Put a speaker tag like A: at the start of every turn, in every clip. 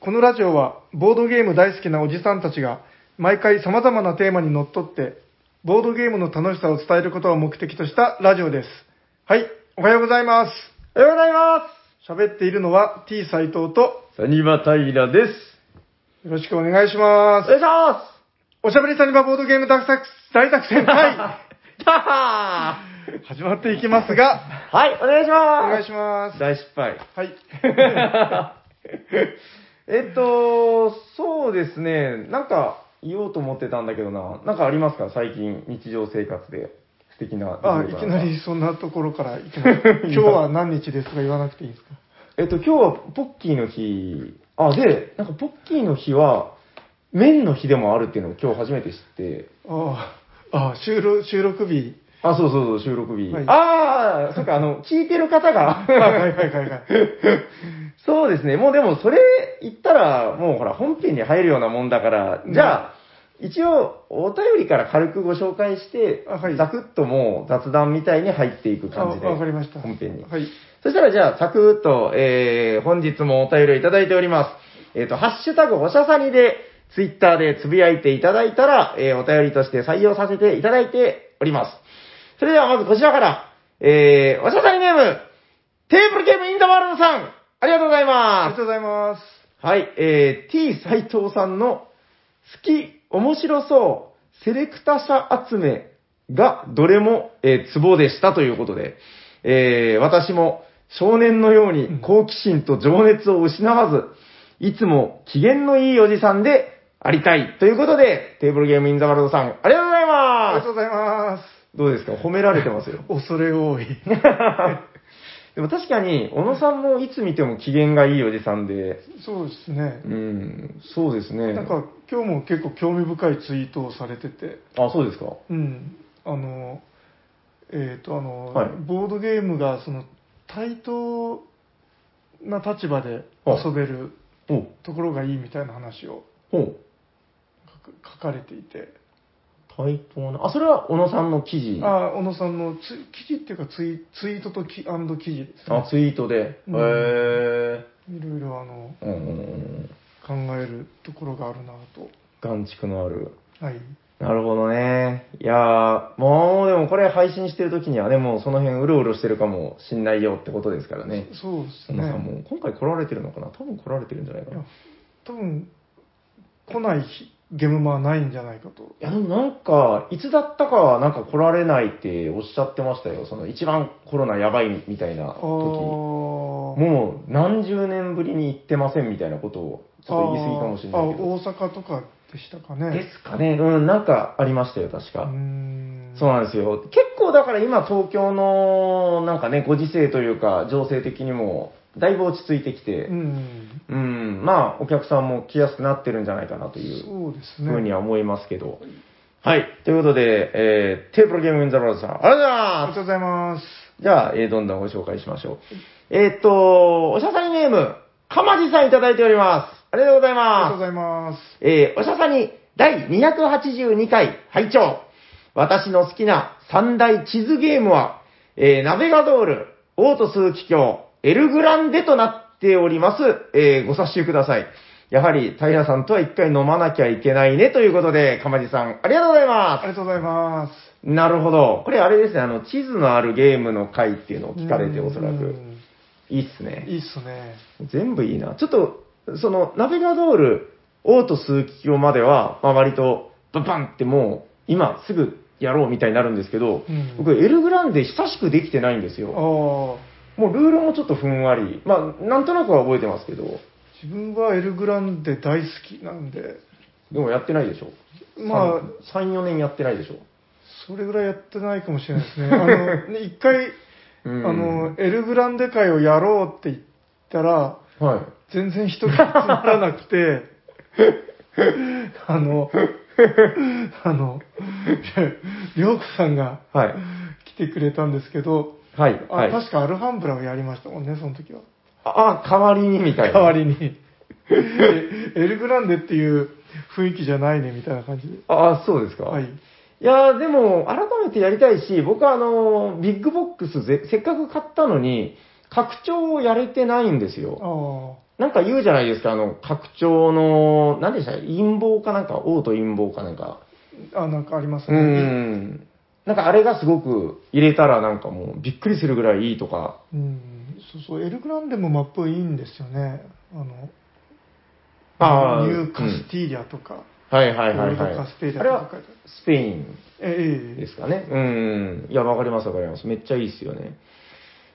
A: このラジオは、ボードゲーム大好きなおじさんたちが、毎回様々なテーマにのっとって、ボードゲームの楽しさを伝えることを目的としたラジオです。はい、おはようございます。おはようございます。喋っているのは T 斎藤と、よ
B: サニバタイラです。
A: ろしくお願いします。
B: いしま
A: おしゃべりサニバボードゲーム大作大作 戦は
B: すはい
A: 始まっていきますが、
B: い、お願いし
A: お
B: ま
A: 願い
B: す
A: します。
B: 大失敗。
A: はい。
B: えっと、そうですね、なんか言おうと思ってたんだけどな、なんかありますか最近、日常生活で素敵な。
A: あ、いきなり。そんなところからいきなり、今日は何日ですとか言わなくていいですか
B: えっと、今日はポッキーの日、あ、で、なんかポッキーの日は、麺の日でもあるっていうのを今日初めて知って、
A: ああ、あ収録、収録日。
B: あ、そうそうそう、収録日。
A: はい
B: ああ、そっか、あの、聞いてる方 が、
A: はいはいはいはいはい。
B: そうですね。もうでもそれ言ったら、もうほら、本編に入るようなもんだから、じゃあ、一応、お便りから軽くご紹介して、
A: あはい
B: ザクッともう雑談みたいに入っていく
A: あ、
B: 感じで。
A: わかりました。
B: 本編に。
A: はい。
B: そしたらじゃあ、サクッと、えー、本日もお便りをいただいております。えっ、と、ハッシュタグ、おしゃさにで、ツイッターでつぶやいていただいたら、えー、お便りとして採用させていただいております。それではまずこちらから、えー、おしゃさにネーム、テーブルゲームインダワールドさん、ありがとうござ
A: あ
B: い
A: り
B: ま
A: がとうございます。
B: す。はい、えー、T 斎藤さんの、好き、面白そう、セレクタ社集めがどれも、えー、ツボでしたということで、えー、私も少年のように好奇心と情熱を失わず、いつも機嫌のいいおじさんでありたいということで、テーブルゲームインザワールドさん、ありがとうござい
A: あり
B: ま
A: がとうございます。
B: すどうですか褒められてます よ。
A: 恐れ多い。
B: でも確かに、小野さんもいつ見ても機嫌がいいおじさんで、
A: そうですね
B: う。ん、そうですね。
A: なんか、今日も結構興味深いツイートをされてて、
B: あ、そうですか。
A: うん。あの、えっ、と、あの、
B: はい
A: ボードゲームが、その、対等な立場で遊べる
B: おう、
A: ところがいいみたいな話を
B: おう。
A: 書く書かれていて、
B: 対等な。あ、それは小野さんの記事。
A: あ小野さんのつ記事っていうかツイツイートときアンド記事です
B: あ
A: ね
B: ツイートで。
A: うん
B: へえ。
A: いろいろあの
B: うんうんうん。
A: 考えるところがあるなと
B: 眼畜のある。
A: はい
B: なるほどね。いやー、もうでもこれ配信してる時にはね、もうその辺うろうろしてるかもしんないよってことですからね。
A: そうで
B: そ
A: す
B: んなさん
A: ね
B: も今回来られてるのかな多分来られてるんじゃないか
A: い
B: な。い
A: や多分来ない日ゲームマはないんじゃないかと
B: や、でもなんか、いつだったかはなんか来られないっておっしゃってましたよ。その一番コロナやばいみたいな
A: あ
B: 時。
A: も
B: もう何十年ぶりに行ってませんみたいなことを、ちょっと言い過ぎかもしれないけど。
A: 大阪とかでしたかね
B: ですかね。うん、なんかありましたよ、確
A: うー
B: か。
A: ん
B: そうなんですよ。結構だから今東京のなんかね、ご時世というか、情勢的にも、だいぶ落ち着いてきて、
A: うん
B: うん、まあ、お客さんも来やすくなってるんじゃないかなという
A: そうです
B: ふうに
A: ね
B: は思いますけど。はい。ということで、えー、テーブルゲームインザロードさん、ありがとうござい
A: あり
B: ま
A: が
B: す
A: とうございます
B: じゃあ、えーどんどんご紹介しましょう。えーっと、おしゃさにネーム、かまじさんいただいております。ありがとうござ
A: あ
B: い
A: りが
B: ます
A: とう。ございます
B: えー、おしゃさに第282回拝聴私の好きな三大地図ゲームは、えー、ナベガドール、オート数奇境、エルグランデとなっております。えー、ご察しください。やはり、平さんとは一回飲まなきゃいけないねということで、かまじさん、ありがとうござい
A: あり
B: ま
A: がとうございます
B: す。なるほど。これあれですね、あの、地図のあるゲームの回っていうのを聞かれて、おそら
A: う
B: く。
A: ん
B: いいっすね。
A: いいっすね
B: 全部いいな。ちょっと、その、ナベガドール、オート数機用までは、まあ割と、バンバンってもう、今すぐやろうみたいになるんですけど、
A: うん
B: 僕、エルグランデ久しくできてないんです
A: あ
B: よ。
A: あ
B: もうルールもちょっとふんわり、まあ、なんとなくは覚えてますけど、
A: 自分はエルグランデ大好きなんで
B: でもやってないでしょ。
A: まあ
B: あ、3、4年やってないでしょ。
A: それぐらいやってないかもしれないですねあのね一回、
B: うん
A: あのエルグランデ会をやろうって言ったら
B: はい。
A: 全然人が集まらなくてあのあの涼子さんが
B: はい。
A: 来てくれたんですけど
B: はい。
A: あ、
B: はい。
A: 確かアルハンブラをやりましたもんねその時は
B: あ、あ代わりにみたいな。
A: 代わりにえエルグランデっていう雰囲気じゃないねみたいな感じで
B: あ、そうですか。
A: はい
B: いやー、でも、改めてやりたいし、僕はあのービッグボックスぜ、せっかく買ったのに、拡張をやれてないんですよ。
A: あ
B: なんか言うじゃないですか、あの、拡張の、何でした陰謀かなんか、王と陰謀かなんか。
A: あ。あ、なんかあります
B: う
A: ね。
B: ん。なんかあれがすごく入れたらなんかもうびっくりするぐらいいいとか。
A: うんそうそう、エルグランデもマップいいんですよね。あの、
B: あー
A: ニューカスティーリャとか、
B: はいはいはい
A: オー
B: は
A: ル
B: い。
A: ドカステージャ
B: あれは
A: とか
B: スペイン
A: ええ
B: ですかね。うん。いや、わかりますわかります。めっちゃいいっすよね。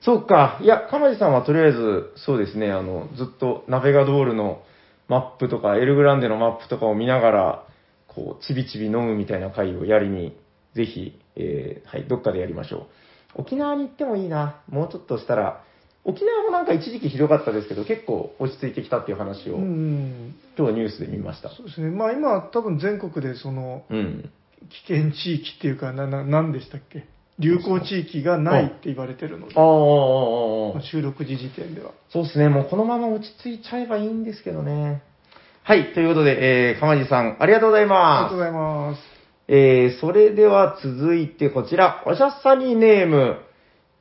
B: そうか。いや、鎌地さんはとりあえず、そうですね、あの、ずっとナベガドールのマップとか、エルグランデのマップとかを見ながら、こう、ちびちび飲むみたいな会をやりに、ぜひ、えーはい、どっかでやりましょう。沖縄に行ってもいいな。もうちょっとしたら、沖縄もなんか一時期ひどかったですけど、結構落ち着いてきたっていう話を、
A: うん、
B: 今日ニュースで見ました。
A: そうですね、まあ今、多分全国でその
B: うん。
A: 危険地域っていうか、なななんでしたっけ、流行地域がないって言われてるので
B: あ、あ、ああ、ああ。
A: 収録時時点では。
B: そうですね、もうこのまま落ち着いちゃえばいいんですけどね。はい、ということで、えー、かまじさん、ありがとうござ
A: あ
B: い
A: りが
B: ま
A: とう
B: す。
A: ございます。
B: えー、それでは続いてこちら、おしゃさにネーム、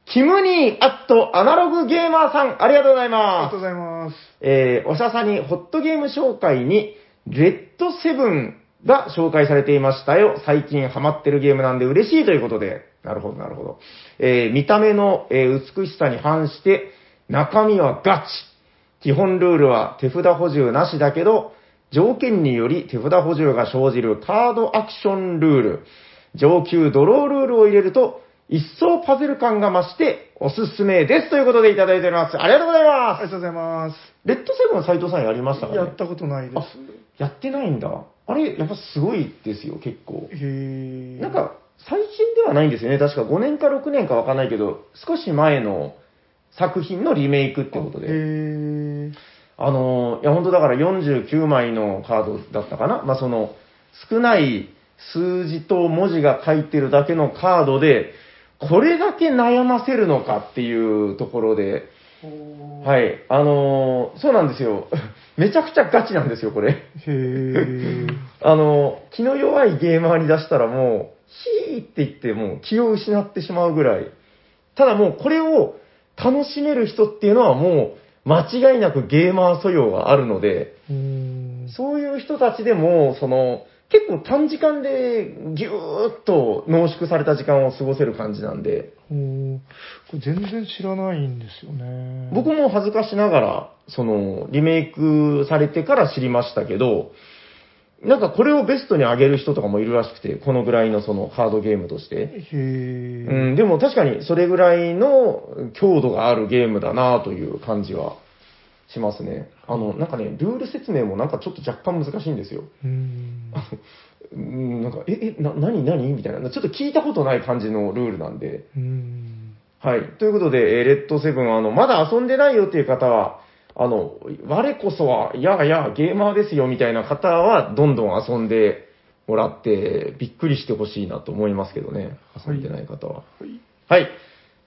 B: キムニーアットアナログゲーマーさん、ありがとうござい
A: あり
B: ま
A: がと
B: す
A: う。ございます。
B: えー、おしゃさにホットゲーム紹介に、レッドセブンが紹介されていましたよ。最近ハマってるゲームなんで嬉しいということで。なるほど、なるほど。えー、見た目の、えー美しさに反して、中身はガチ。基本ルールは手札補充なしだけど、条件により手札補充が生じるカードアクションルール、上級ドロールールを入れると、一層パズル感が増しておすすめですということでいただいております。ありがとうございます
A: ありがとうございます。
B: レッドセブンは斉藤さんやりましたかね
A: やったことないです。
B: やってないんだ。あれ、やっぱすごいですよ、結構
A: へ。え。
B: なん、か、最近ではないんですよね。確か5年か6年かわかんないけど、少し前の作品のリメイクってこと
A: へ
B: で。
A: え。
B: あのー、いや、本当だから49枚のカードだったかな。まあ、その、少ない数字と文字が書いてるだけのカードで、これだけ悩ませるのかっていうところで、
A: は
B: はい。あのーそうなんですよ。 めちゃくちゃガチなんですよ、こ
A: い。
B: れ。
A: へ え。
B: あの、気の弱いゲーマーに出したらもう、ヒーって言ってもう気を失ってしまうぐらい。ただもうこれを楽しめる人っていうのはもう間違いなくゲーマー素養があるので、
A: うーん。
B: そういう人たちでも、その、結構短時間でぎゅーっと濃縮された時間を過ごせる感じなんで、
A: おーこれ全然知らないんですよね。
B: 僕も恥ずかしながら、その、リメイクされてから知りましたけど、なんかこれをベストに上げる人とかもいるらしくて、このぐらいのそのカードゲームとして。
A: へえ。
B: うん、でも確かにそれぐらいの強度があるゲームだなという感じはしますね。あの、なんかね、ルール説明もなんかちょっと若干難しいんですよ。
A: うん。
B: うん、なんか、え、え、な、なになにみたいな。ちょっと聞いたことない感じのルールなんで。
A: うん。
B: はい。ということで、えーレッドセブン、あの、まだ遊んでないよっていう方は、あの、我こそは、いやいや、ゲーマーですよみたいな方は、どんどん遊んでもらって、びっくりしてほしいなと思いますけどね。遊んでない方は。
A: はい。
B: はい。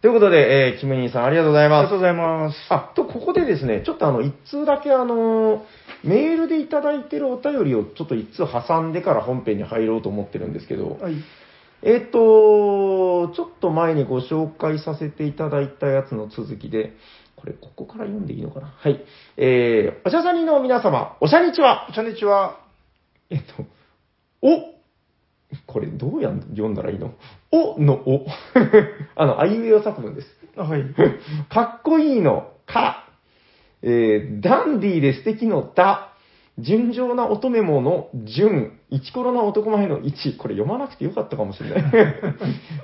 B: ということで、えーキムニーさんありがとうござい
A: あり
B: ま
A: がとう
B: す。
A: ございます。
B: あ、と、ここでですね、ちょっとあの、一通だけあのーメールでいただいてるお便りをちょっと一通挟んでから本編に入ろうと思ってるんですけど、
A: はい。
B: えっ、と、ちょっと前にご紹介させていただいたやつの続きで、これ、ここから読んでいいのかなはい。えー、おしゃさにの皆様、おしゃにちは
A: こんにちは。
B: えっと、おこれ、どうやん読んだらいいのおのお。 あの、あいうえお作文です。
A: あはい。
B: かっこいいの、か。えー、ダンディーで素敵のだ。純情な乙女もの、純。一コロな男前の一。これ読まなくてよかったかもしれない。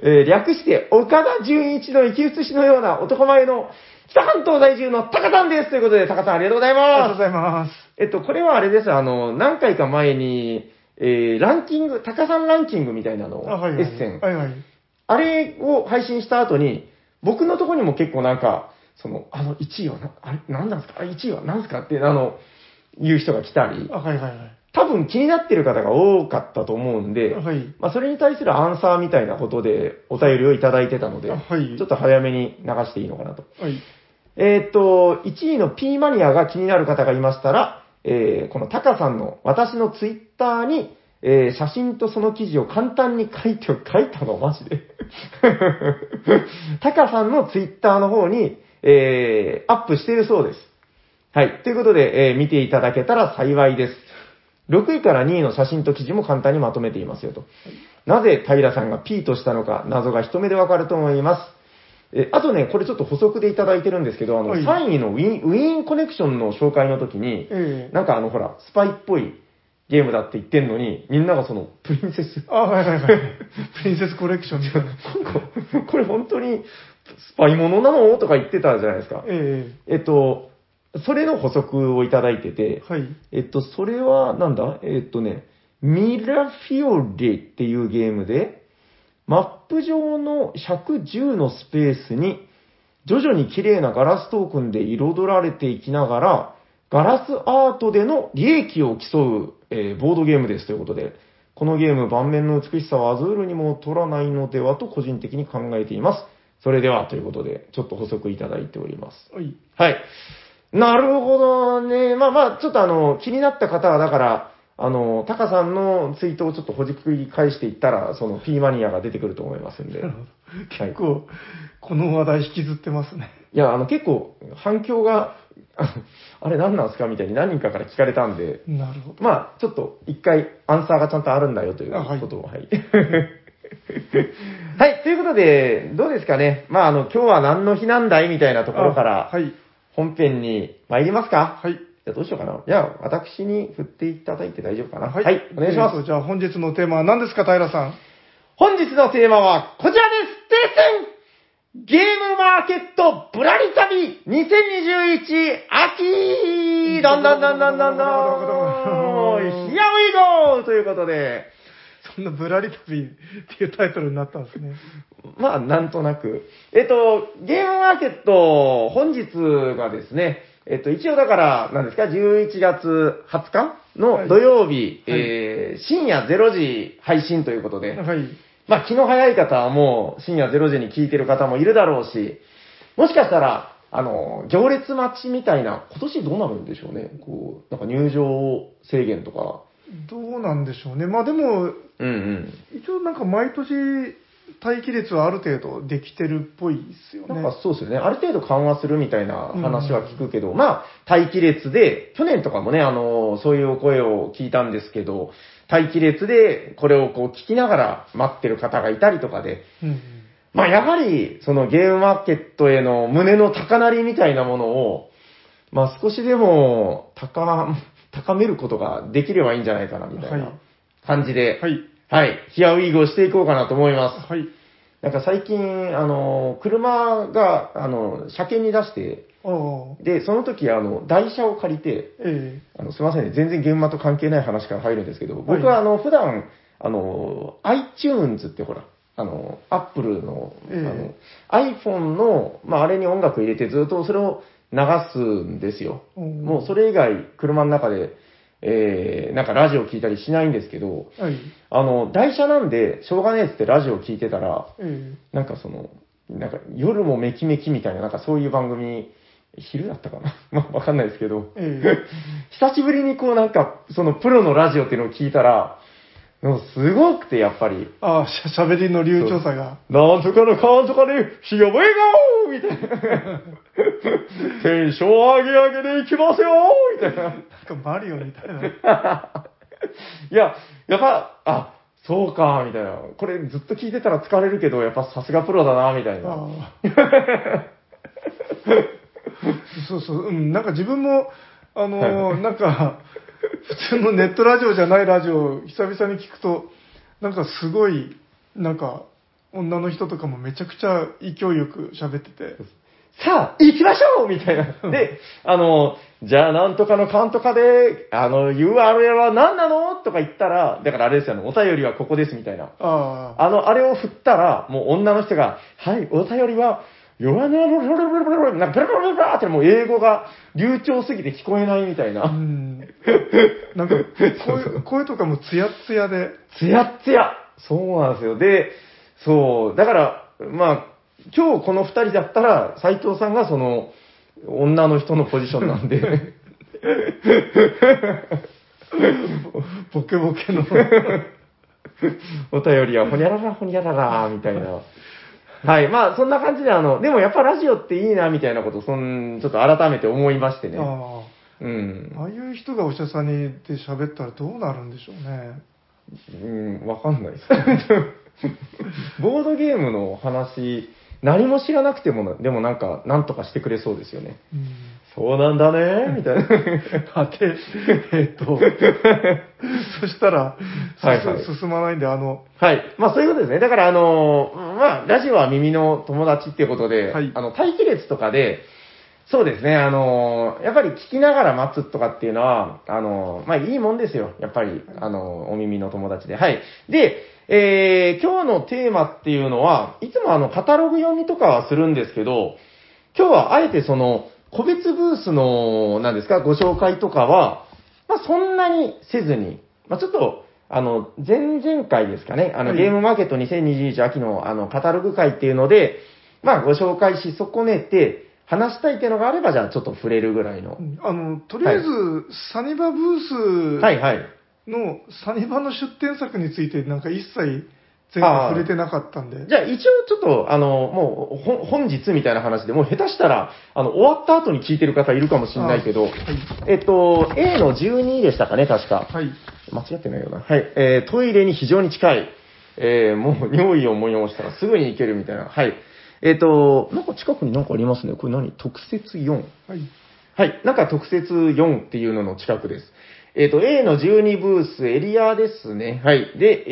B: えー略して、岡田純一の生き写しのような男前の、北半島在住の高さんですということで、高さんありがとうござい
A: ありがとうご
B: ます。
A: ざいます。
B: えっと、これはあれです。あの、何回か前に、えーランキング、高さんランキングみたいなのを、
A: あはい、はい。
B: エッセン
A: はいはい。
B: あれを配信した後に、僕のとこにも結構なんか、その、あの、1位はな、あれ、何なんですかあれ、1位は何ですかって、あの、言う人が来たり、
A: あはいはいはい。
B: 多分気になってる方が多かったと思うんで
A: あ、はい。
B: まあ、それに対するアンサーみたいなことでお便りをいただいてたので、
A: あはい
B: ちょっと早めに流していいのかなと。
A: はい。
B: えーっと、1位の P マニアが気になる方がいましたら、えーこのタカさんの私のツイッターに、えー写真とその記事を簡単に書いて、書 いたのマジで。タカさんのツイッターの方に、ええー、アップしているそうです。はい。ということで、えー見ていただけたら幸いです。6位から2位の写真と記事も簡単にまとめていますよと。なぜ平さんが P としたのか、謎が一目でわかると思います。えーあとね、これちょっと補足でいただいてるんですけど、あの、
A: はい
B: 3位のウィーンウィーンコネクションの紹介の時に、
A: ええ
B: なんかあの、ほら、スパイっぽいゲームだって言ってんのに、みんながその、プリンセス
A: あ、はいはいはい。プリンセスコレクションみたいな。
B: なんかこれ本当にスパイものなのとか言ってたじゃないですか。
A: え
B: えっと、それの補足をいただいて
A: え
B: て、
A: はい。
B: えっと、それはなんだえっとね、ミラフィオレっていうゲームで、マップ上の110のスペースに、徐々に綺麗なガラストークンで彩られていきながら、ガラスアートでの利益を競う、えーボードゲームですということで、このゲーム盤面の美しさはアズールにも取らないのではと個人的に考えています。それではということで、ちょっと補足いただいております。
A: はい。
B: はい。なるほどね。まあまあ、ちょっとあの、気になった方は、だから、あの、タカさんのツイートをちょっとほじくり返していったら、その P マニアが出てくると思いますん で。
A: なる
B: い
A: ほど。結構、この話題引きずってますね。
B: や、あの、結構、反響が、 ああれ何なんすかみたいに何人かから聞かれたんで、
A: なるほど。
B: まあ、ちょっと一回アンサーがちゃんとあるんだよという
A: あはい
B: ことを、はい。 はい、ということで、どうですかね。まあ、あの、今日は何の日なんだいみたいなところか
A: あ、
B: ら
A: はい。
B: 本編に参りますか。
A: はい。
B: じゃあどうしようかな。じゃあ、私に振っていただいて大丈夫かな。はい。お願いし
A: え
B: ま
A: ーと
B: す。
A: じゃあ本日のテーマは何ですか、平さん。
B: 本日のテーマはこちらです停戦ゲームマーケットぶらり旅2021秋どんどんどんどんどんどん !Here we go! ということで、
A: そんなぶらり旅っていうタイトルになったんですね。
B: まあ、なんとなく。えっと、ゲームマーケット、本日がですね、えっと、一応だから、なんですか、11月20日の土曜日、
A: はい
B: えー深夜0時配信ということで、
A: はい。
B: まあ、気の早い方はもう、深夜0時に聞いてる方もいるだろうし、もしかしたら、あの、行列待ちみたいな、今年どうなるんでしょうね、こう、なんか入場制限とか、
A: どうなんでしょうね。まあでも、
B: うんうん。
A: 一応なんか毎年待機列はある程度できてるっぽいですよね。
B: なんかそうですよね。ある程度緩和するみたいな話は聞くけど、まあ、待機列で、去年とかもね、あの、そういうお声を聞いたんですけど、待機列でこれをこう聞きながら待ってる方がいたりとかで、
A: うんうん。
B: まあやはり、そのゲームマーケットへの胸の高鳴りみたいなものを、まあ少しでも高、 高めることができればいいんじゃないかな、みたい
A: は
B: ない感じで、
A: はい。
B: はい、ヒアウィーゴしていこうかなと思います。
A: はい。
B: なんか最近、あの、車が、あの、車検に出して、
A: ああ。
B: で、その時、あの、台車を借りて、
A: え
B: あの、すいませんね、全然現場と関係ない話から入るんですけど、
A: はい
B: 僕はあの、普段、あの、iTunes ってほら、あの、Apple の、
A: え
B: あの、iPhone の、まあ、あれに音楽入れてずっとそれを流すんですよ。
A: えうん
B: もうそれ以外、車の中で、えー、なんかラジオ聞いたりしないんですけど、
A: はい。
B: あの、台車なんで、しょうがねえっつってラジオ聞いてたら、
A: え
B: なんかその、なんか夜もめきめきみたいな、なんかそういう番組、昼だったかな まあわかんないですけど
A: え、え
B: 久しぶりにこうなんか、そのプロのラジオっていうのを聞いたら、なんかすごくてやっぱり、
A: えああ、しゃべりの流暢さが。
B: なんとかのかんとかで、ひやばいごーみたいな。 テンション上げ上げでいきますよみたいな。
A: なんかマリオみたいな。
B: いや、やっぱ、あ、そうか、みたいな。これずっと聞いてたら疲れるけど、やっぱさすがプロだな、みたいな。
A: ああ そうそう、うん、なんか自分も、あのーなんか、普通のネットラジオじゃないラジオを久々に聞くと、なんかすごい、なんか、女の人とかもめちゃくちゃ勢いよく喋ってて、
B: さあ、行きましょうみたいな。で、あの、じゃあなんとかのかんとかで、あの、URL は何なのとか言ったら、だからあれですよね、お便りはここですみたいな。
A: ああ、
B: あの、あれを振ったら、もう女の人が、はい、お便りは、弱音はブルブルブルブルブル、なんかブルブルブルブルってもう英語が流暢すぎて聞こえないみたいうな。
A: ん、なんか 声声とかもツヤッツヤで、
B: つやっつやそうなんですよ。で、そう、だから、まあ、今日この二人だったら、斎藤さんがその、女の人のポジションなんで、
A: ボケボ ケの、
B: お便りはほにゃららほにゃららみたいな。はい。まあ、そんな感じで、あの、でもやっぱラジオっていいな、みたいなこと、そん、ちょっと改めて思いましてね。
A: あ
B: う
A: あ。あ
B: ん。
A: あいう人がお医者さんにで喋ったらどうなるんでしょうね。
B: うん、わかんない です。ボードゲームの話、何も知らなくてもな、でもなんか、なんとかしてくれそうですよね。
A: うん。
B: そうなんだね、みたい な。
A: はて、 えっと、そしたら、
B: はいはい
A: 進進まないんで、あの、
B: はい。まあそういうことですね。だからあのー、まあ、ラジオは耳の友達っていうことで、
A: はい
B: あの、待機列とかで、そうですね、あのー、やっぱり聞きながら待つとかっていうのは、あのー、まあいいもんですよ。やっぱり、あのー、お耳の友達で。はい。で、えー、今日のテーマっていうのは、いつもあの、カタログ読みとかはするんですけど、今日はあえてその、個別ブースの、なんですか、ご紹介とかは、まあ、そんなにせずに、まあ、ちょっと、あの、前々回ですかね、あの、
A: はい
B: ゲームマーケット2021秋の、あの、カタログ会っていうので、まあ、ご紹介し損ねて、話したいっていうのがあれば、じゃあちょっと触れるぐらいの。
A: あの、とりあえず、サニバブース
B: はいはい。
A: のサニバの出展作についてなんか一切全部
B: あー
A: 触れてなかったんで。
B: じゃあ一応ちょっと、あの、もう、ほん本日みたいな話で、もう下手したら、あの、終わった後に聞いてる方いるかもしれないけど、えっと、A の12でしたかね、確か。
A: はい。はい。
B: 間違ってないよな。はい。えートイレに非常に近い。えーもう尿意を催したらすぐに行けるみたいな。はい。えっ、と、なんか近くになんかありますね。これ何特設 4?
A: はい。
B: はい。なんか特設4っていうのの近くです。えっ、と、A の12ブースエリアですね。はい。で、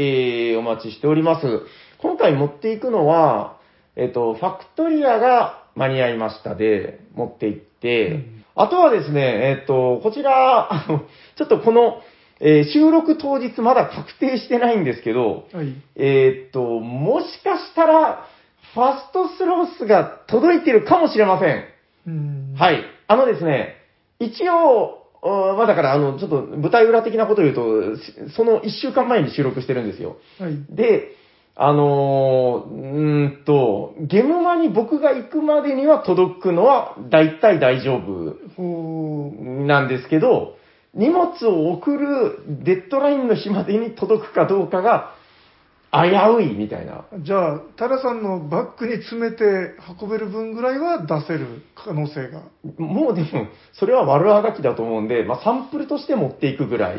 B: えーお待ちしております。今回持っていくのは、えっ、と、ファクトリアが間に合いましたで、持っていって、
A: うん
B: あとはですね、えっ、と、こちら、 あの、ちょっとこの、えー収録当日まだ確定してないんですけど、
A: はい。
B: えっ、と、もしかしたら、ファストスロースが届いてるかもしれません。
A: うん。
B: はい。あのですね、一応、あーまあだから、あの、ちょっと舞台裏的なことを言うと、しその1週間前に収録してるんですよ。
A: はい。
B: で、あのー、うーんと、ゲムマに僕が行くまでには届くのは大体大丈夫
A: ほう。
B: なんですけど、荷物を送るデッドラインの日までに届くかどうかが危ういみたいな。
A: じゃあ、タラさんのバッグに詰めて運べる分ぐらいは出せる可能性が。
B: もうでも、それは悪あがきだと思うんで、まあサンプルとして持っていくぐらい。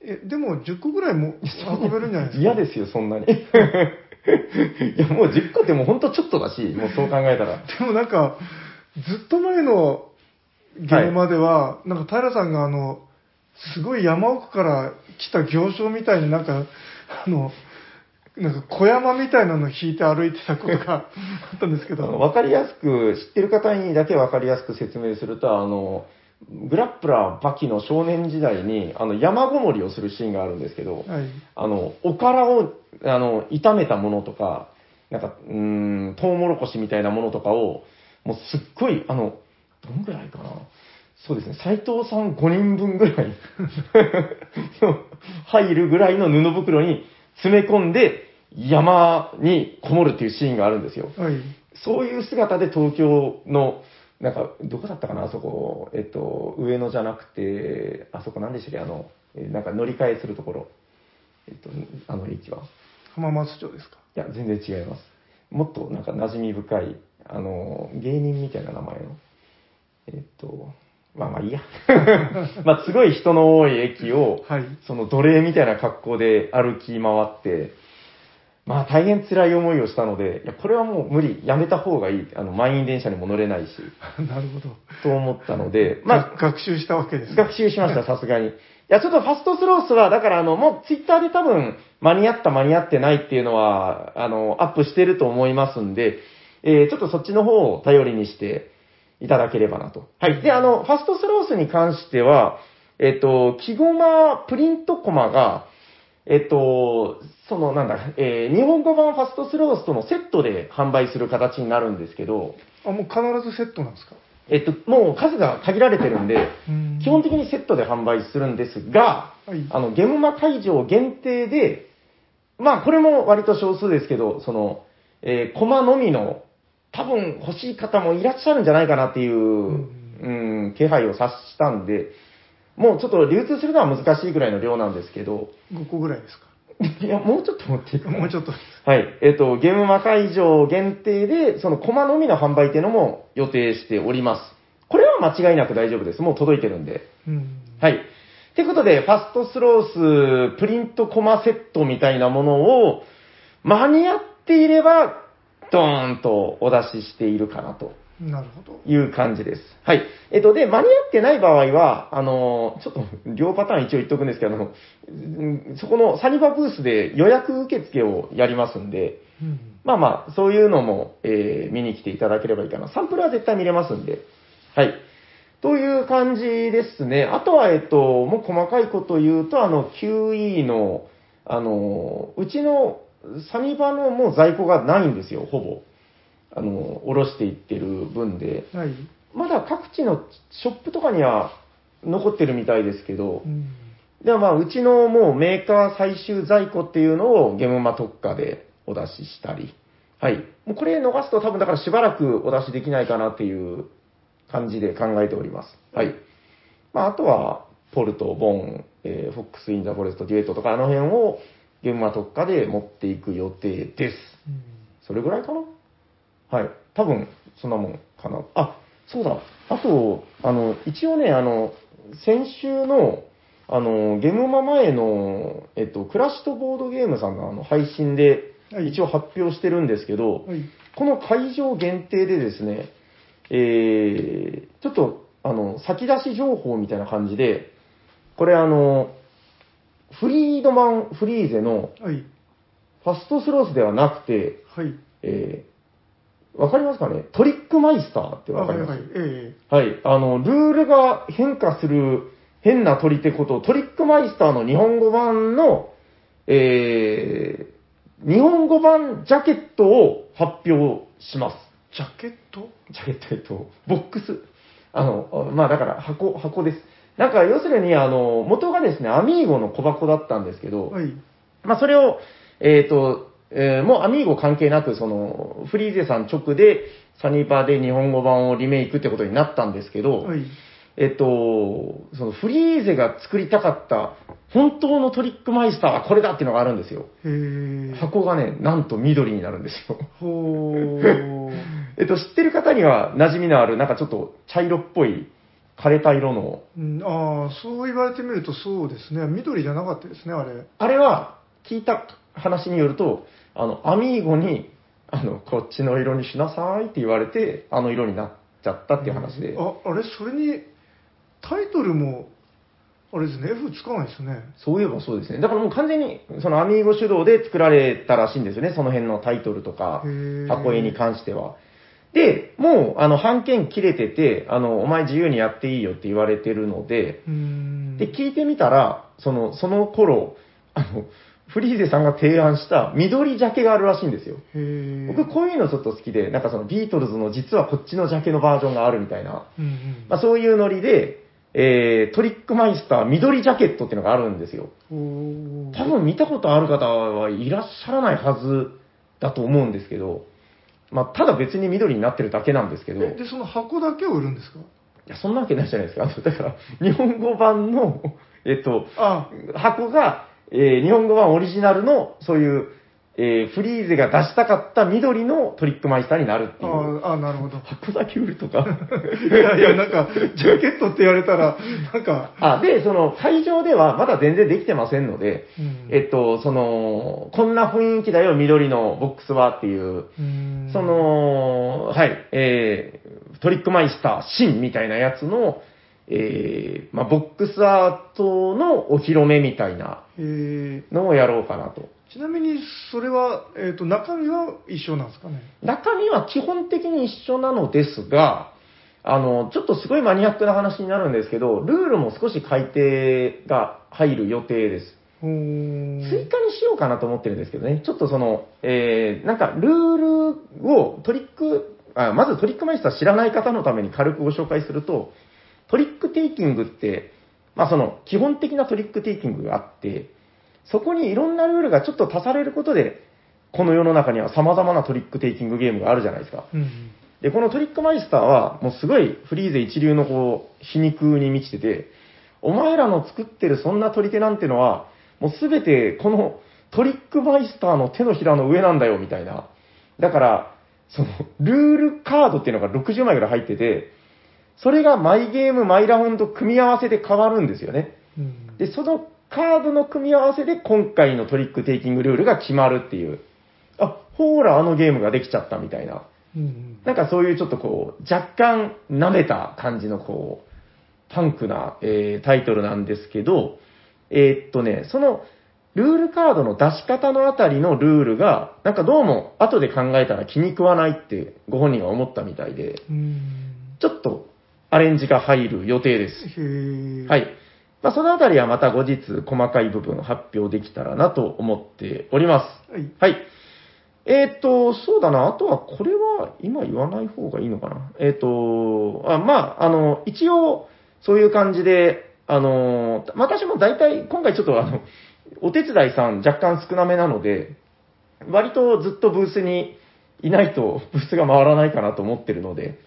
A: え、でも10個ぐらい も運べるんじゃないですか。
B: 嫌ですよ、そんなに。 いや、もう10個ってもうほんとちょっとだし、もうそう考えたら。
A: でもなんか、ずっと前のゲームまでは、なんか平さんがあの、すごい山奥から来た行商みたいになんか、あの、なんか小山みたいなの引いて歩いてたこと があったんですけ
B: あの
A: ど、
B: わかりやすく、知ってる方にだけわかりやすく説明すると、あの、グラップラーバキの少年時代に、あの、山ごもりをするシーンがあるんですけど、
A: はい。
B: あの、おからを、あの、炒めたものとか、なんか、うーん、トウモロコシみたいなものとかを、もうすっごい、あの、どんぐらいかな。そうですね、斎藤さん5人分ぐらい 入るぐらいの布袋に詰め込んで、山にこもるっていうシーンがあるんですよ。
A: はい。
B: そういう姿で東京の、なんか、どこだったかな、あそこ、えっと、上野じゃなくて、あそこなんでしたっけ、あの、えなんか乗り換えするところ、えっと、あの駅は。
A: 浜松町ですか。
B: いや、全然違います。もっとなんか馴染み深い、あの、芸人みたいな名前の、えっと、まあまあいいや。 まあすごい人の多い駅を、
A: はい。
B: その奴隷みたいな格好で歩き回って、まあ大変辛い思いをしたので、いや、これはもう無理、やめた方がいい。あの、満員電車にも乗れ ないし、
A: なるほど。
B: と思ったので、まあ
A: まあ、学習したわけです。
B: 学習し ました、さすがに。いや、ちょっとファストスロースは、だからあの、もうツイッターで多分、間に合った間に合ってないっていうのは、あの、アップしてると思いますんで、えー、ちょっとそっちの方を頼りにしていただければなと。はい。で、あの、ファストスロースに関しては、えっ、と、木駒、プリントコマが、えっ、と、その、なんだ、えー、日本語版ファストスロースとのセットで販売する形になるんですけど、
A: あ、もう必ずセットなんですか
B: えっ、と、もう数が限られてるんで、
A: うん
B: 基本的にセットで販売するんですが、
A: はい。
B: あの、ゲムマ会場限定で、まあ、これも割と少数ですけど、その、えーコマのみの、多分欲しい方もいらっしゃるんじゃないかなっていう、うん、気配を察したんで、もうちょっと流通するのは難しいぐらいの量なんですけど、
A: 5個ぐらいですか。
B: いや、もうちょっと待っていいかな
A: もうちょっと。
B: はい。えっ、と、ゲームマ会場限定で、そのコマのみの販売っていうのも予定しております。これは間違いなく大丈夫です。もう届いてるんで。
A: うん。
B: はい。ということで、ファストスロースプリントコマセットみたいなものを、間に合っていれば、ドーンとお出ししているかなと
A: なるほど。
B: いう感じです。はい。えっと、で、間に合ってない場合は、あの、ちょっと、両パターン一応言っとくんですけど、あのうんそこのサニバブースで予約受付をやりますんで、
A: うん。
B: まあまあ、そういうのも、えー見に来ていただければいいかな。サンプルは絶対見れますんで。はい。という感じですね。あとは、えっと、もう細かいこと言うと、あの、QE の、あの、うちのサニバのもう在庫がないんですよ、ほぼ。あの、おろしていってる分で。
A: はい。
B: まだ各地のショップとかには残ってるみたいですけど
A: う、ん。
B: ではまあ、うちのもうメーカー最終在庫っていうのをゲームマ特価でお出ししたり。はい。もうこれ逃すと多分だからしばらくお出しできないかなっていう感じで考えております。はい。まあ、あとは、ポルト、ボン、えーフォックス・イン・ザ・フォレスト、デュエットとかあの辺をゲームマ特価で持っていく予定です。それぐらいかなはい。多分、そんなもんかな。あ、そうだ。あと、あの、一応ね、あの、先週の、あの、ゲームマ前の、えっと、クラッシュとボードゲームさんのあの配信で、
A: はい
B: 一応発表してるんですけど、
A: はい。
B: この会場限定でですね、えー、ちょっと、あの、先出し情報みたいな感じで、これあの、フリードマン・フリーゼの
A: はい。
B: ファストスロースではなくて、
A: はい。
B: えーわかりますかねトリックマイスターって
A: あ
B: わか
A: は
B: り
A: い
B: ま
A: は
B: す
A: い。え
B: はい。あの、ルールが変化する変な鳥ってことをトリックマイスターの日本語版の、えー日本語版ジャケットを発表します。
A: えジャケット
B: ジャケット、えっと、ボックス。あの、まあだから箱、箱です。なんか要するに、あの、元がですね、アミーゴの小箱だったんですけど、
A: はい。
B: まあ、それを、えっ、と、えーもうアミーゴ関係なく、その、フリーゼさん直で、サニーパーで日本語版をリメイクってことになったんですけど、
A: はい。
B: えっ、と、そのフリーゼが作りたかった、本当のトリックマイスターはこれだっていうのがあるんですよ。
A: へえ。
B: 箱がね、なんと緑になるんですよ。
A: ほー。
B: えっと、知ってる方には馴染みのある、なんかちょっと茶色っぽい、枯れた色の、
A: うん、ああ、そう言われてみるとそうですね。緑じゃなかったですね、あれ。
B: あれは、聞いた話によると、あの、アミーゴに、あの、こっちの色にしなさいって言われて、あの色になっちゃったっていう話で。
A: あ、あれ、それに、タイトルも、あれですね、F つかないですね。
B: そういえばそうですね。だからもう完全に、そのアミーゴ主導で作られたらしいんですよね。その辺のタイトルとか
A: へ、ー
B: 箱絵に関しては。で、もう、あの、半券切れてて、あの、お前自由にやっていいよって言われてるので、
A: うーん。
B: で、聞いてみたら、その、その頃、あの、フリーゼさんが提案した緑ジャケがあるらしいんですよ。
A: へー
B: 僕こういうのちょっと好きで、なんかそのビートルズの実はこっちのジャケのバージョンがあるみたいな、
A: うんうん。
B: まあ、そういうノリで、えー、トリックマイスター緑ジャケットっていうのがあるんですよ。
A: ほー
B: 多分見たことある方はいらっしゃらないはずだと思うんですけど、まあ、ただ別に緑になってるだけなんですけど、い
A: えで、その箱だけを売るんですか
B: やそんなわけないじゃないですか。あのだから、日本語版の、えっと、
A: あ、
B: 箱が、えー日本語版オリジナルの、そういう、えーフリーゼが出したかった緑のトリックマイスターになるって
A: あ
B: いう。
A: あ、なるほど。
B: 箱だけ売るとか。
A: いやいや、なんか、ジャケットって言われたら、なんか、
B: あ、で、その会場ではまだ全然できてませんので、
A: うん
B: えっと、その、こんな雰囲気だよ、緑のボックスはっていう、
A: うーん
B: そ、の、はい、えー、トリックマイスター、シンみたいなやつの、えー、まあ、ボックスアートのお披露目みたいな
A: へー
B: のをやろうかなと。
A: ちなみに、それは、えっ、と、中身は一緒なんですかね。
B: 中身は基本的に一緒なのですが、あの、ちょっとすごいマニアックな話になるんですけど、ルールも少し改定が入る予定です。
A: ほー
B: 追加にしようかなと思ってるんですけどね、ちょっとその、えー、なんかルールをトリック、あまずトリックマイスター知らない方のために軽くご紹介すると、トリックテイキングって、まあその基本的なトリックテイキングがあって、そこにいろんなルールがちょっと足されることで、この世の中には様々なトリックテイキングゲームがあるじゃないですか。
A: うん。
B: で、このトリックマイスターは、もうすごいフリーゼ一流のこう、皮肉に満ちてて、お前らの作ってるそんな取り手なんてのは、もうすべてこのトリックマイスターの手のひらの上なんだよ、みたいな。だから、その、ルールカードっていうのが60枚ぐらい入ってて、それがマイゲーム、マイラホンと組み合わせで変わるんですよね。
A: うん
B: で、そのカードの組み合わせで今回のトリックテイキングルールが決まるっていう。あ、ほーら、あのゲームができちゃったみたいな。
A: うん
B: なんかそういうちょっとこう、若干舐めた感じのこう、パンクな、えータイトルなんですけど、えーっとね、その、ルールカードの出し方のあたりのルールが、なんかどうも後で考えたら気に食わないってご本人は思ったみたいで、
A: うん
B: ちょっとアレンジが入る予定です。
A: へえ
B: はい。まあ、そのあたりはまた後日細かい部分発表できたらなと思っております。
A: はい
B: はい。えっ、と、そうだな。あとは、これは今言わない方がいいのかな。えっ、と、あまあ、あの、一応、そういう感じで、あの、私も大体、今回ちょっとあの、お手伝いさん若干少なめなので、割とずっとブースにいないと、ブースが回らないかなと思ってるので、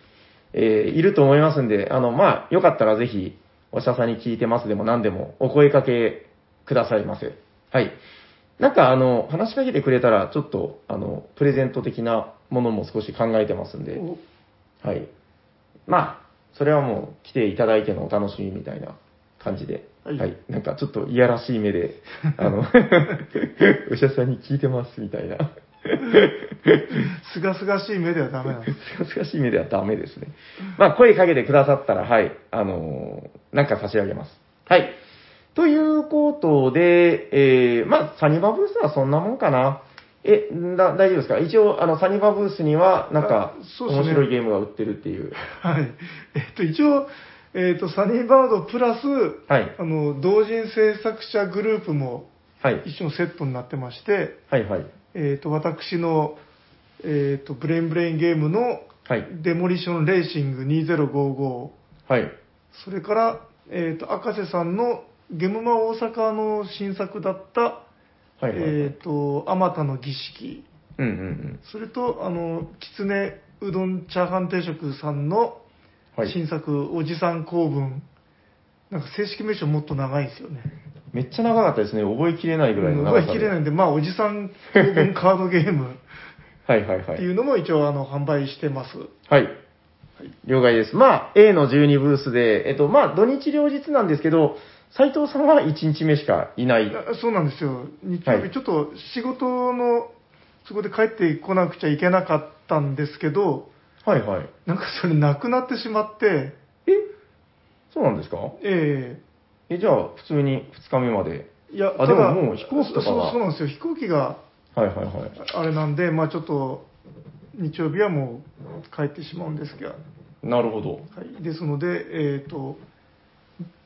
B: えーいると思いますんで、あの、まあ、よかったらぜひ、お医者さんに聞いてますでも何でも、お声掛けくださいませ。はい。なんかあの、話しかけてくれたら、ちょっと、あの、プレゼント的なものも少し考えてますんで、
A: お
B: はい。まあ、それはもう来ていただいてのお楽しみみたいな感じで、
A: はい
B: なんかちょっといやらしい 目で、あの、 お医者さんに聞いてますみたいな、
A: すがすがしい目ではダメなんです
B: 恥ずかしい目ではダメですね。まあ、声かけてくださったら、はい、あのーなんか差し上げます。はい。ということで、えー、まあ、サニバブースはそんなもんかな。え、だ大丈夫ですか一応、あの、サニバブースには、なんか
A: あ、そうですね
B: 面白いゲームが売ってるっていう。
A: はいえっと一応えっとサニーバードプラス
B: はい。
A: あの同人制作者グループも
B: はい。
A: 一緒のセットになってまして
B: はいはい。
A: えっと私のえっとブレインブレインゲームの
B: はい。
A: デモリションレーシング2055
B: はい。
A: それから、えっと赤瀬さんのゲムマ大阪の新作だった
B: はいはい。
A: えっ、と、あまたの儀式、
B: うんうんうん。
A: それと、あの、きつねうどんチャーハン定食さんの
B: はい。
A: 新作、おじさん公文、なんか正式名称もっと長いんですよね。
B: めっちゃ長かったですね。覚えきれないぐらいの長
A: 覚
B: さ
A: え
B: で。
A: きれないんで、まあ、おじさん公文カードゲーム
B: はいはいは
A: って
B: い。
A: いうのも一応、あの、販売してます。
B: はい。了解です。まあ、A の12ブースで、えっと、まあ、土日両日なんですけど、斉藤さんは1日目しかいない。
A: あそうなんですよ。日曜
B: はい
A: 日、ちょっと仕事の、そこで帰ってこなくちゃいけなかったんですけど、
B: はいはい。
A: なんかそれなくなってしまって、
B: えそうなんですか
A: ええ
B: え、じゃあ、普通に2日目まで。
A: いや、
B: あ
A: ただ
B: でももう飛行機とかは
A: そうそうなんですよ、飛行機が
B: はいはいはい。
A: あれなんで、まあちょっと、日曜日はもう帰ってしまうんですが、は
B: なるほど。
A: い、ですので、えっ、と、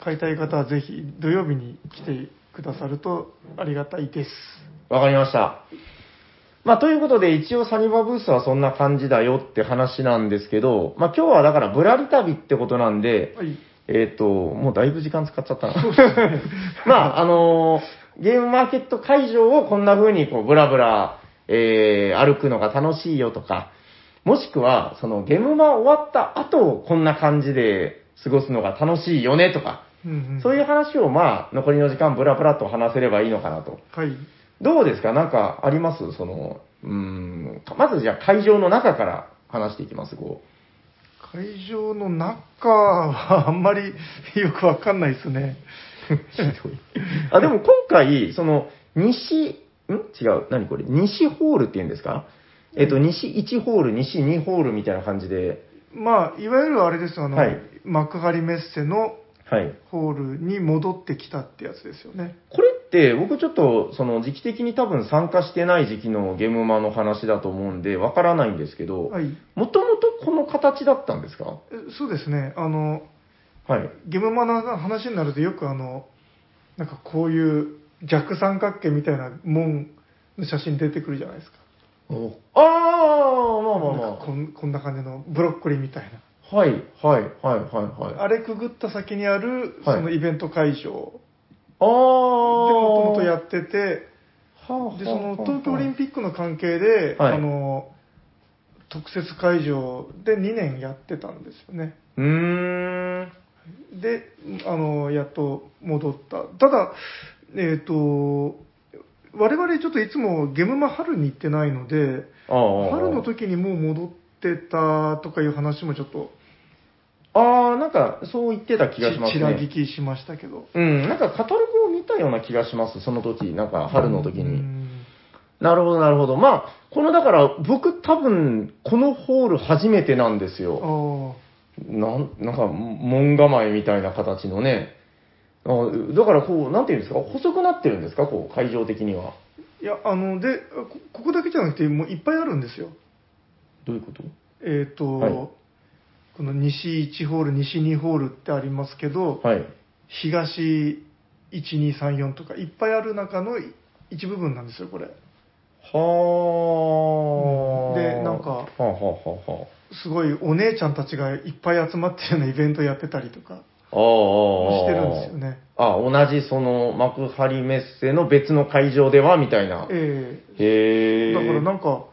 A: 買いたい方はぜひ土曜日に来てくださるとありがたいです。
B: わかりました。まあ、ということで、一応サニバブースはそんな感じだよって話なんですけど、まあ、今日はだから、ぶらり旅ってことなんで、
A: はい、
B: えっ、と、もうだいぶ時間使っちゃったな。 まあ、あのーゲームマーケット会場をこんな風にこう、ブラブラ、えー、歩くのが楽しいよとか、もしくは、そのゲームマ終わった後、こんな感じで過ごすのが楽しいよねとか、
A: うんうん、、
B: そういうう話をまあ、残りの時間ブラブラと話せればいいのかなと。
A: はい、
B: どうですかなんかありますその、うーん、まずじゃあ会場の中から話していきます、こう。
A: 会場の中はあんまりよくわかんないですね。
B: ひどい。あ、でも今回、その、西、ん違う。何これ西ホールって言うんですかえっと、西1ホール、西2ホールみたいな感じで、
A: まあ、いわゆるあれですよ、あの、
B: はい
A: 幕張メッセの
B: はい。
A: ホールに戻ってきたってやつですよね。
B: これって、僕ちょっと、その、時期的に多分参加してない時期のゲームマの話だと思うんで、わからないんですけど、
A: はい、
B: もともとこの形だったんですか
A: えそうですね、あの、
B: はい。
A: ゲムマの話になるとよくあの、なんかこういう逆三角形みたいな門の写真出てくるじゃないですか。
B: ああ、まあまあ
A: なん
B: ま
A: かこんこんな感じのブロッコリーみたいな。
B: あ。はい、はい、はい、はい、はい。
A: あれくぐった先にある、
B: はい
A: そのイベント会場
B: ああ。
A: でもともとや
B: は
A: ってて、
B: あはあはあ
A: で、その東京オリンピックの関係で、
B: はい
A: あの、特設会場で2年やってたんですよね。
B: うーん。
A: で、あの、やっと戻った。ただ、えっ、と、我々ちょっといつもゲムマ春に行ってないので、
B: ああ
A: 春の時にもう戻ってたとかいう話もちょっと
B: ああ、なんか、そう言ってた気がします
A: ちら聞
B: ね。
A: きしましたけど。
B: うん、なんかカタログを見たような気がします、その時、なんか春の時
A: う
B: に。
A: ん
B: なるほど、なるほど。まあ、このだから、僕多分、このホール初めてなんです
A: あ
B: よ。
A: あ
B: なん、なんか、門構えみたいな形のね。あだからこう、なんていうんですか、細くなってるんですか、こう、会場的には。
A: いや、あの、で、こここだけじゃなくて、もういっぱいあるんですよ。
B: どういうこと
A: えっ、と、
B: はい
A: この西1ホール、西2ホールってありますけど、
B: はい。
A: 東1234とかいっぱいある中の一部分なんですよ、これ。
B: はあ、
A: でなんか
B: はあ、はあはあは
A: すごいお姉ちゃんたちがいっぱい集まってるようなイベントやってたりとか
B: あ、ああ、あ
A: し
B: あ。
A: てるんですよね。
B: あ、同じその幕張メッセの別の会場ではみたいな。
A: ええ
B: へえ。
A: だからなんか、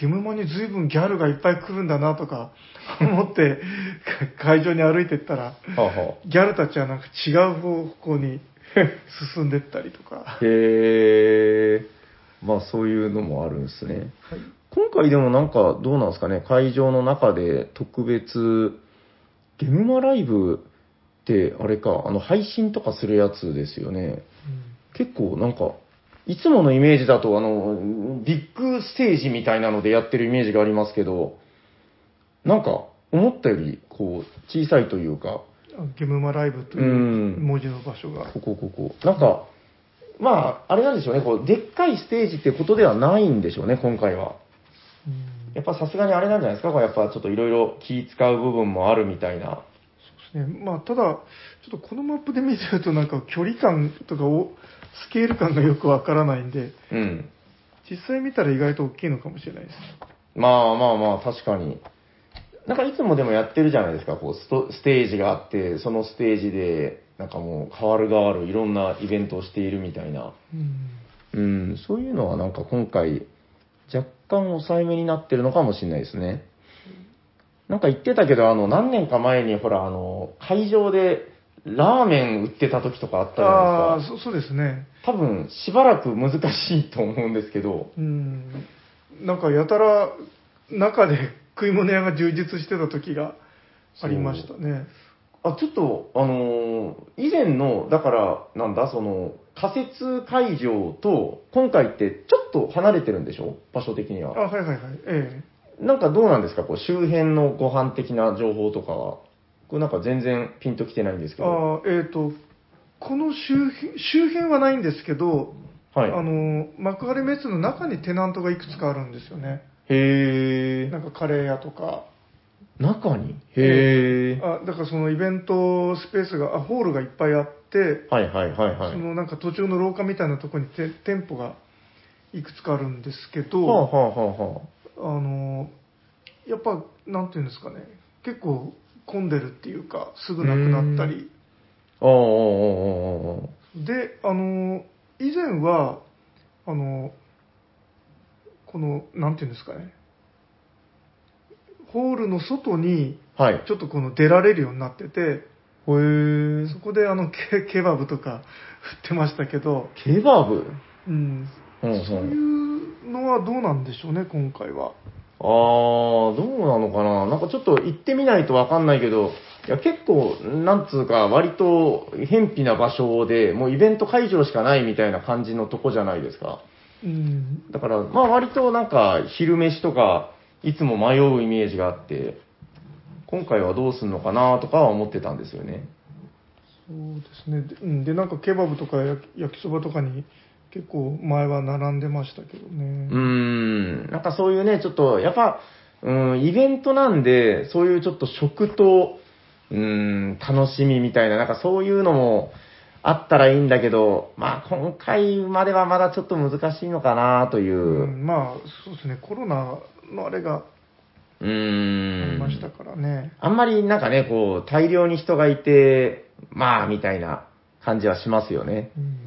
A: ゲムマに随分ギャルがいっぱい来るんだなとか 思ってか会場に歩いてったら、
B: はあは
A: ギャルたちはなんか違う方向に 進んでったりとか
B: あ。。へえ。まあそういうのもあるんですね。
A: はい
B: 今回でもなんかどうなんですかね、会場の中で特別、ゲムマライブってあれか、あの配信とかするやつですよね。結構なんか、いつものイメージだと、あの、ビッグステージみたいなのでやってるイメージがありますけど、なんか、思ったより、こう、小さいというか、
A: うんゲムマライブといううん文字の場所が。
B: ここ、ここ。なんか、まあ、あれなんでしょうね、こう、でっかいステージってことではないんでしょうね、今回は。
A: うん
B: やっぱさすがにあれなんじゃないですか、こうやっぱちょっといろいろ気使う部分もあるみたいな。
A: そうですね。まあ、ただ、ちょっとこのマップで見てるとなんか距離感とかを、スケール感がよくわからないんで、
B: うん。
A: 実際見たら意外と大きいのかもしれないです。
B: まあまあまあ、確かに。なんかいつもでもやってるじゃないですか、こうストステージがあって、そのステージで、なんかもう変わる変わるいろんなイベントをしているみたいな。
A: うん。
B: うん、そういうのはなんか今回、若干抑えめになってるのかもしれないですね。なんか言ってたけど、あの、何年か前にほら、あの、会場でラーメン売ってた時とかあったじゃない
A: あ
B: ですか
A: あ、。そそうですね。
B: 多分しばらく難しいと思うんですけど、
A: うん。なんかやたら、中で食い物屋が充実してた時がありましたね。
B: あちょっと、あのー以前の、だから、なんだ、その、仮設会場と、今回ってちょっと離れてるんでしょ場所的に
A: あ、
B: は。
A: はいはいはい。え
B: なんかどうなんですかこう、周辺のご飯的な情報とかは。これなんか全然ピンときてないんです
A: え
B: けど。
A: ああ、えっ、と、この周辺、周辺はないんですけど、
B: はい。
A: あの、幕張メッセの中にテナントがいくつかあるんですよね。
B: へ
A: な
B: ー。
A: んかカレー屋とか。
B: 中にへー。
A: あだからそのイベントスペースがあホールがいっぱいあって、
B: はいはいはいはい。
A: そのなんか途中の廊下みたいなところにて店舗がいくつかあるんですけど、
B: はあはあはあはあ。
A: あのやっぱなんていうんですかね結構混んでるっていうかすぐなくなったり
B: ああ、ああ、ああああ。
A: であの以前はあのこのなんていうんですかねホールの外に
B: はい。
A: ちょっとこの出られるようになってて
B: へー
A: そこであのケケバブとか売ってましたけど、
B: ケバブ
A: うん、
B: うんうん
A: そういうのはどうなんでしょうね、今回は。
B: あー、どうなのかななんかちょっと行ってみないとわかんないけど、いや結構、なんつうか、割と、偏僻な場所で、もうイベント会場しかないみたいな感じのとこじゃないですか。
A: うん、
B: だから、まあ割となんか、昼飯とか、いつも迷うイメージがあって、今回はどうすんのかなとかは思ってたんですよね。
A: そうですね、で,、うん、でなんかケバブとか焼き焼きそばとかに結構前は並んでましたけど
B: う
A: ね
B: ー。ん、なんかそういうね、ちょっと、やっぱ、うん、イベントなんで、そういうちょっと食と、うん、楽しみみたいな、なんかそういうのもあったらいいんだけど、まあ今回まではまだちょっと難しいのかなというう、
A: ん、まあ、そうですね、コロナのあれがあ
B: うー
A: り
B: ん。
A: ましたからね。
B: あんまりなんかね、こう、大量に人がいて、まあ、みたいな感じはしますよね。
A: うん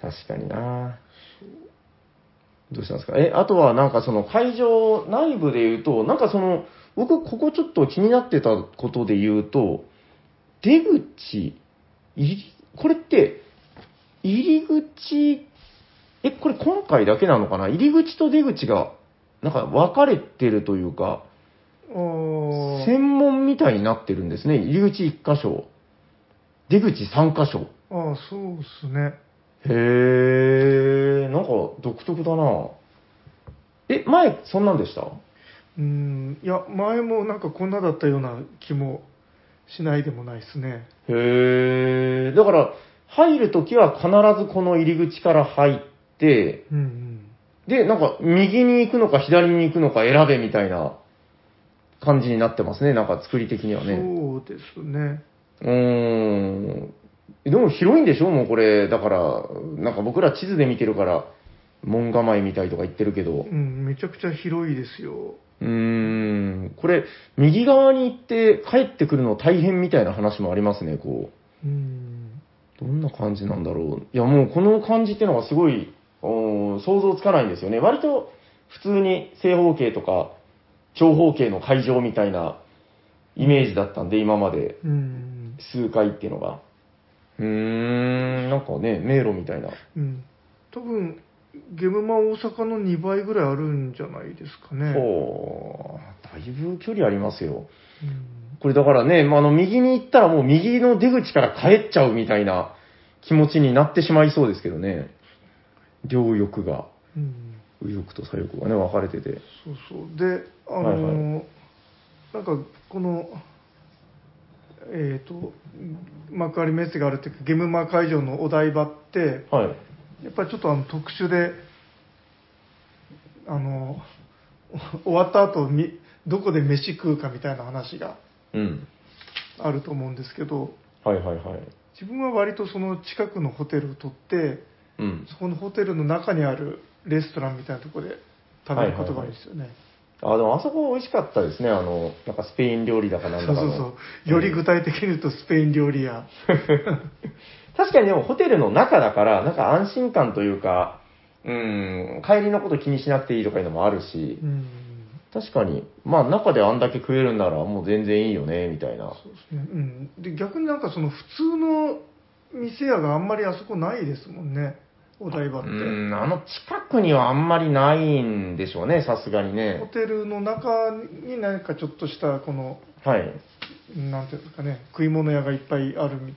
B: 確かになどうしたんですかえ、あとはなんかその会場内部で言うと、なんかその、僕ここちょっと気になってたことで言うと、出口、入り、これって、入り口え、これ今回だけなのかな入り口と出口が、なんか分かれてるというか、
A: おー
B: 専門みたいになってるんですね。入り口1箇所、出口3箇所。
A: ああ、そうですね。
B: へえ、なんか独特だなえ、前、そんなんでした
A: うん、いや、前もなんかこんなだったような気もしないでもないですね。
B: へえ、だから、入るときは必ずこの入り口から入って、
A: うん
B: で、なんか、右に行くのか左に行くのか選べみたいな感じになってますね、なんか作り的に
A: う
B: は
A: ん。
B: ね。
A: そうですね。
B: うーん。でも広いんでしょもうこれ、だから、なんか僕ら地図で見てるから、門構えみたいとか言ってるけど
A: う、ん、めちゃくちゃ広いですよ。
B: うーん、これ、右側に行って帰ってくるの大変みたいな話もありますね、こう。
A: うん。
B: どんな感じなんだろう。いや、もうこの感じってのがすごい、おー想像つかないんですよね。割と普通に正方形とか長方形の会場みたいなイメージだったんで、今まで
A: うん。
B: 数回っていうのが。うーん、なんかね、迷路みたいな。
A: うん。多分、ゲムマ大阪の2倍ぐらいあるんじゃないですかね。
B: ほう、だいぶ距離ありますよ。
A: うん。
B: これだからね、まあ、あの、右に行ったらもう右の出口から帰っちゃうみたいな気持ちになってしまいそうですけどね。両翼が。
A: うん。
B: 右翼と左翼がね、分かれてて。
A: そうそう。で、あのー
B: はいは
A: なんか、この、えっ、と、幕張メッセがあるっていうか、ゲムマ会場のお台場って、
B: はい。
A: やっぱりちょっとあの特殊で、あの、 お終わった後み、どこで飯食うかみたいな話が
B: うん。
A: あると思うんですけど、
B: はいはいはい。
A: 自分は割とその近くのホテルを取って、
B: うん。
A: そこのホテルの中にあるレストランみたいなところで食べることが多いですよね。
B: あ、でもあそこ美味しかったですね。あの、なんかスペイン料理だかなん
A: そ
B: だ
A: う
B: か
A: そ
B: の。
A: うそう。より具体的に言うとスペイン料理屋。
B: 確かにでもホテルの中だから、なんか安心感というか、うん、帰りのこと気にしなくていいとかいうのもあるし
A: う、ん。
B: 確かに、まあ中であんだけ食えるんならもう全然いいよね、みたいな。
A: そうですね。うん。で、逆になんかその普通の店屋があんまりあそこないですもんね。お台場っ
B: う
A: て。
B: ん、あの近くにはあんまりないんでしょうね、さすがに
A: ホ
B: ね。
A: テルの中に何かちょっとした、この、
B: はい。
A: なんていうんですかね、食い物屋がいっぱいあるみ、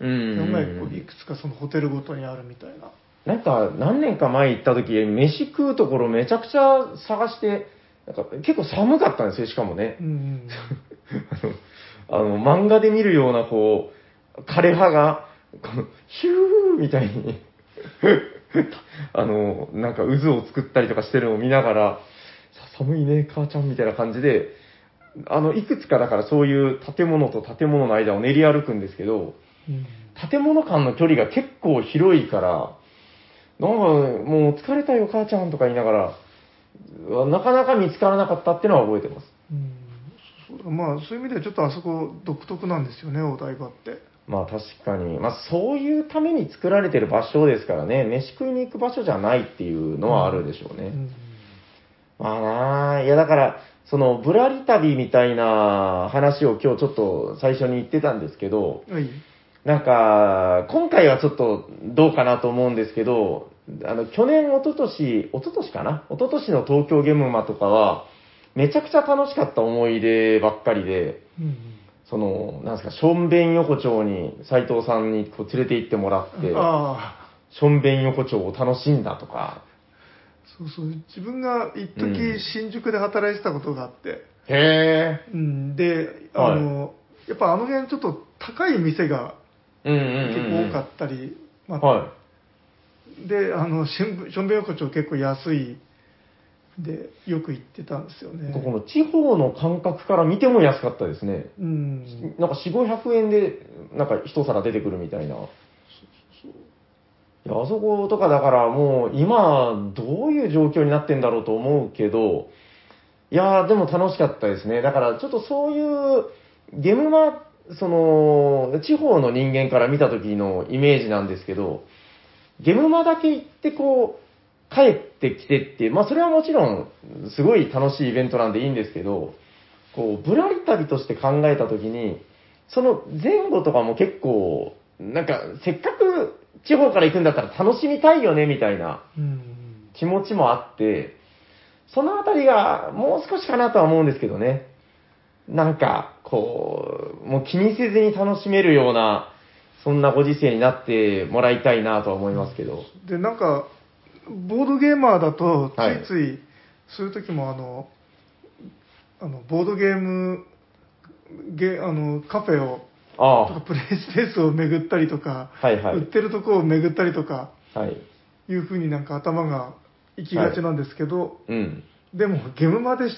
B: う
A: なんかい
B: ん。
A: くつかそのホテルごとにあるみたいな。
B: なんか何年か前行った時、飯食うところめちゃくちゃ探して、なんか結構寒かったんですよ、しかもね
A: う。ん。
B: あの、漫画で見るような、こう、枯葉が、この、ヒューみたいに、あの、なんか渦を作ったりとかしてるのを見ながら、さ寒いね、母ちゃんみたいな感じで、あの、いくつかだからそういう建物と建物の間を練り歩くんですけど、
A: うん。
B: 建物間の距離が結構広いから、なんか、もう疲れたよ、母ちゃんとか言いながら、うわなかなか見つからなかったっていうのは覚えてます。
A: うんそうだまあ、そういう意味ではちょっとあそこ独特なんですよね、お台場って。
B: まあ確かに、まあそういうために作られてる場所ですからね、飯食いに行く場所じゃないっていうのはあるでしょうね。
A: うん
B: まあなあ、いやだから、そのぶらり旅みたいな話を今日ちょっと最初に言ってたんですけど、
A: はい。
B: なんか、今回はちょっとどうかなと思うんですけど、あの、去年、一昨年、一昨年かな一昨年の東京ゲームマとかは、めちゃくちゃ楽しかった思い出ばっかりで、
A: うん
B: その、なんですか、ションベン横丁に斎藤さんにこう連れて行ってもらって、
A: ああ、
B: ションベン横丁を楽しんだとか、
A: そうそう、自分が一時、
B: うん
A: 新宿で働いてたことがあって、
B: へ
A: うん、で、あの、やっぱあの辺ちょっと高い店が
B: え、うんうん
A: 結
B: う
A: 構
B: ん、
A: 多かったり、まあ
B: は
A: で、あの、しんしょんべん横丁結構安いで、よく行ってたんですよ
B: い。
A: ね。
B: この地方の感覚から見ても安かったですね。
A: うん。
B: なんか4、500円で、なんか一皿出てくるみたいな。いや、あそことかだからもう今、どういう状況になってんだろうと思うけど、いやーでも楽しかったですね。だからちょっとそういう、ゲムマ、その、地方の人間から見た時のイメージなんですけど、ゲムマだけ行ってこう、帰ってきてって、まあそれはもちろん、すごい楽しいイベントなんでいいんですけど、こう、ぶらり旅として考えたときに、その前後とかも結構、なんか、せっかく地方から行くんだったら楽しみたいよね、みたいな
A: うん。
B: 気持ちもあって、そのあたりがもう少しかなとは思うんですけどね。なんか、こう、もう気にせずに楽しめるような、そんなご時世になってもらいたいなとは思いますけど。
A: で、なんか、ボードゲーマーだと、つ
B: はい
A: いつい、そういう時もあの、あの、ボードゲーム、ゲあのカフェを、とか
B: あ
A: プレイスペースを巡ったりとか、
B: あ、はいは
A: 売っ
B: い。
A: てるとこを巡ったりとか、
B: はい。
A: いうふうになんか頭が行きがちなんですけど、
B: うん。
A: でも、ゲームまでし、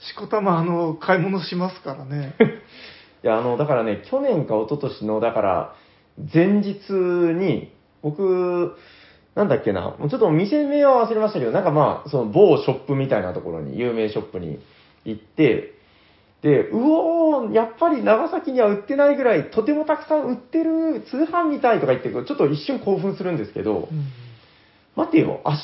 A: しこたま、あの、買い物しますから ね。
B: いや、あの、だからね、去年か一昨年の、だから、前日に、僕、なんだっけな、もうちょっとお店名は忘れましたけど、なんかまあ、その某ショップみたいなところに、有名ショップに行って、で、うおー、やっぱり長崎には売ってないぐらい、とてもたくさん売ってる、通販みたいとか言って、ちょっと一瞬興奮するんですけど
A: う、ん
B: 待てよ、明日、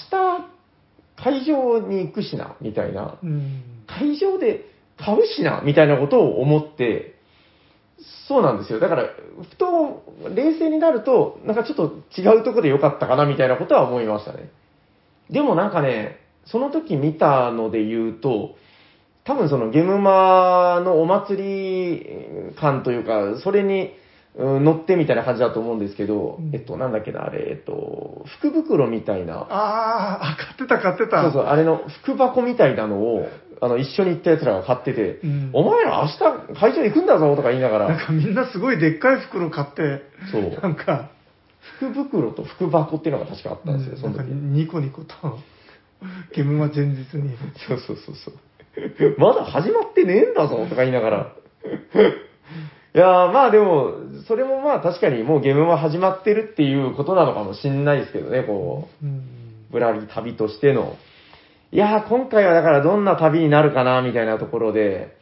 B: 会場に行くしな、みたいな。
A: うん。
B: 会場で買うしな、みたいなことを思って、そうなんですよ。だから、ふと、冷静になると、なんかちょっと違うとこで良かったかな、みたいなことは思いましたね。でもなんかね、その時見たので言うと、多分そのゲムマのお祭り感というか、それに、うん乗ってみたいな感じだと思うんですけど、
A: うん
B: えっと、なんだっけな、あれ、えっと、福袋みたい
A: あ
B: な、
A: ーあ、買ってた、買ってた。
B: そうそう、あれの福箱みたいなのを、あの、一緒に行った奴らが買ってて、
A: うん
B: お前ら明日会場行くんだぞとか言いなが
A: なん
B: ら、
A: かみんなすごいでっかい袋買って、
B: そう、
A: なんか、
B: 福袋と福箱っていうのが確かあったんですよ、そ
A: なん
B: の
A: か
B: 時。
A: ニコニコと、ゲームは前日に。
B: そうそうそうそう。まだ始まってねえんだぞとか言いな がら。いやーまあでも、それもまあ確かにもうゲームは始まってるっていうことなのかもしんないですけどね、こう。
A: うん。
B: ぶらり旅としての。いやー、今回はだからどんな旅になるかな、みたいなところで、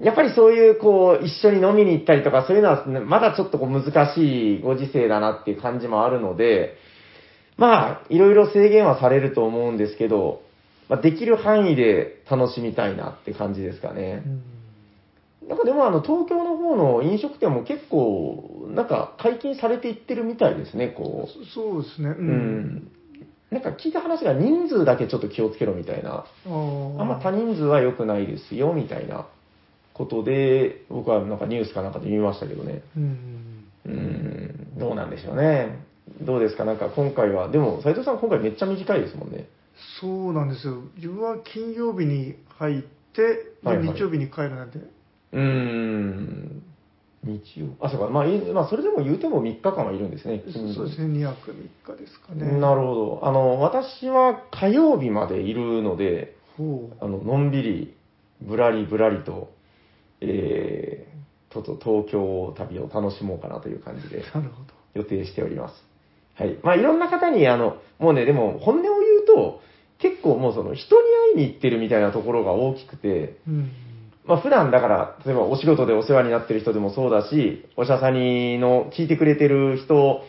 B: やっぱりそういう、こう、一緒に飲みに行ったりとか、そういうのは、まだちょっとこう難しいご時世だなっていう感じもあるので、まあ、いろいろ制限はされると思うんですけど、まあ、できる範囲で楽しみたいなって感じですか
A: う
B: ね。
A: ん
B: なんかでも、あの、東京の方の飲食店も結構、なんか解禁されていってるみたいですね、こう。
A: そうですね。う
B: う。んなんか聞いた話が人数だけちょっと気をつけろみたいな。
A: あー
B: あんま他人数は良くないですよみたいなことで、僕はなんかニュースかなんかで見ましたけどね。
A: うん。
B: うん、どうなんでしょうね。どうですかなんか今回は、でも斉藤さん今回めっちゃ短いですもんね。
A: そうなんですよ。自分は金曜日に入って、で
B: はいはい
A: 日曜日に帰るなんて。
B: うん。日曜。あ、そうか。まあ、いまあ、それでも言うても3日間はいるんですね。
A: そうですね、2泊3日ですかね。
B: なるほど。あの、私は火曜日までいるので、
A: ほう。
B: あの、のんびり、ぶらりぶらりと、えー、とと東京旅を楽しもうかなという感じで
A: なるほど。
B: 予定しております。はい。まあ、いろんな方に、あの、もうね、でも、本音を言うと、結構もうその、人に会いに行ってるみたいなところが大きくて、
A: うん。
B: まあ、普段だから、例えばお仕事でお世話になってる人でもそうだし、お医者さんにの聞いてくれてる人、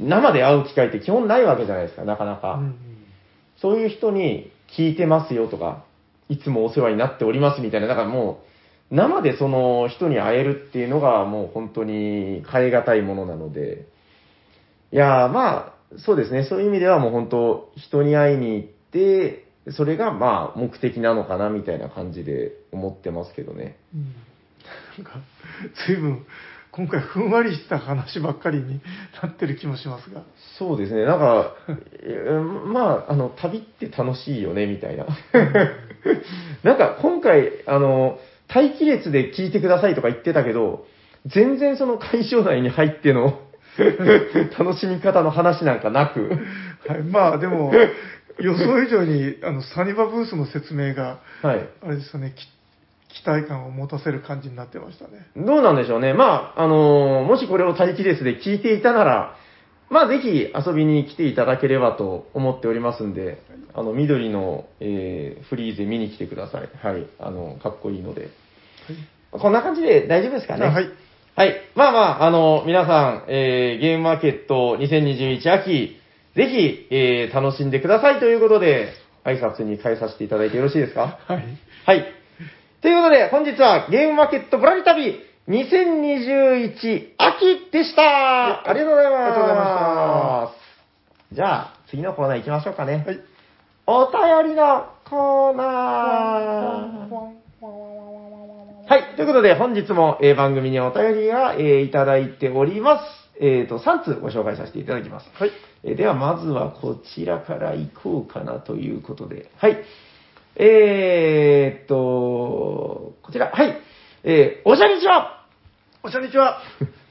B: 生で会う機会って基本ないわけじゃないですか、なかなか。
A: うん
B: そういう人に聞いてますよとか、いつもお世話になっておりますみたいな、だからもう、生でその人に会えるっていうのがもう本当に変え難いものなので、いやーまあ、そうですね、そういう意味ではもう本当、人に会いに行って、それがまあ目的なのかなみたいな感じで思ってますけどね。
A: うんなんか、随分、今回ふんわりした話ばっかりになってる気もしますが。
B: そうですね、なんか、えーまあ、あの、旅って楽しいよね、みたいな。なんか、今回、あの、待機列で聞いてくださいとか言ってたけど、全然その会場内に入っての 楽しみ方の話なんかなく、
A: はい、まあで も、予想以上に、あの、サニバブースの説明が、
B: はい。
A: あれですよね、き期待感を持たせる感じになってましたね。
B: どうなんでしょうね。まあ、あのもしこれを待機列で聞いていたなら、まあ、ぜひ遊びに来ていただければと思っておりますんで、あの、緑の、えーフリーゼ見に来てください。はい。あの、かっこいいので。こんな感じで大丈夫ですかね。
A: あはい。
B: はい。まあまあ、あの、皆さん、えーゲームマーケット2021秋、ぜひ、えー楽しんでくださいということで、挨拶に変えさせていただいてよろしいですか
A: はい。
B: はい。ということで、本日はゲームマーケットぶらり旅2021秋でしたありがとうございます。
A: ありがとうございました
B: じゃあ、次のコーナー行きましょうかね。
A: はい。
B: お便りのコーナーはい。ということで、本日も、えー番組にお便りが、えーいただいております。えっ、と、3通ご紹介させていただきます。
A: はい。
B: えーでは、まずはこちらから行こうかなということで。はい。えー、っと、こちら。はい。えー、おしゃにちは
A: おしゃにちは。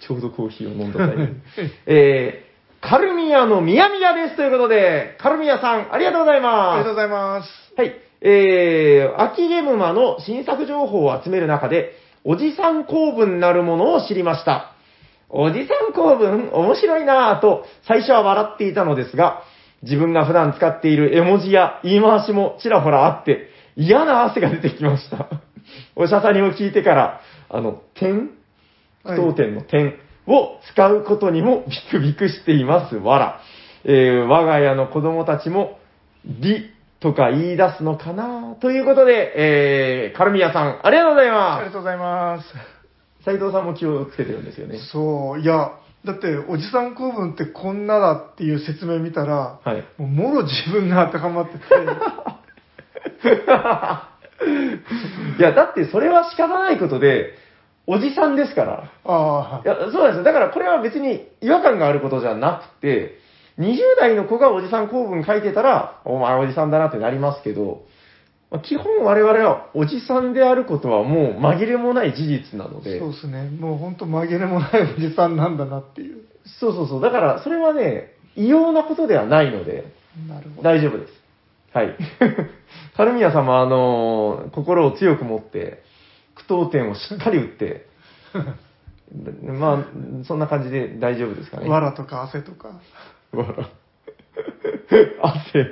B: ちょうどコーヒーを飲んだタイミング えー、カルミアのミヤミヤですということで、カルミアさん、ありがとうござい
A: あり
B: ま
A: が
B: す
A: とう。ございます。
B: はい。えー、秋ゲムマの新作情報を集める中で、おじさん公文なるものを知りました。おじさん公文面白いなぁと、最初は笑っていたのですが、自分が普段使っている絵文字や言い回しもちらほらあって、嫌な汗が出てきました。お医者さんにも聞いてから、あの、点
A: はい
B: 句読点の点を使うことにもビクビクしています、わら。えー我が家の子供たちも、りとか言い出すのかなということで、えー、カルミヤさん、ありがとうござい
A: ありがと
B: ま
A: うございます。
B: す。斉藤さんも気をつけてるんですよね。
A: そう、いや、だって、おじさん公文ってこんなだっていう説明見たら、
B: はい。
A: もうもろ自分が高ま ってて、
B: いや、だってそれは仕方ないことで、おじさんですから。
A: あ
B: いや、そうなんですよ。だからこれは別に違和感があることじゃなくて、20代の子がおじさん公文書いてたら、お前おじさんだなってなりますけど、まあ基本我々はおじさんであることはもう紛れもない事実なの
A: あ、そ
B: で、
A: うですね。もう本当紛れもないおじさんなんだなっていう。
B: そうそうそう。だからそれはね、異様なことではないので、
A: なるほど。
B: 大丈夫です。はい。 カルミヤ様、あのー心を強く持って、苦闘点をしっかり 打って、まあ、そんな感じで大丈夫ですかね。
A: わらとか汗とか。
B: わら。 汗。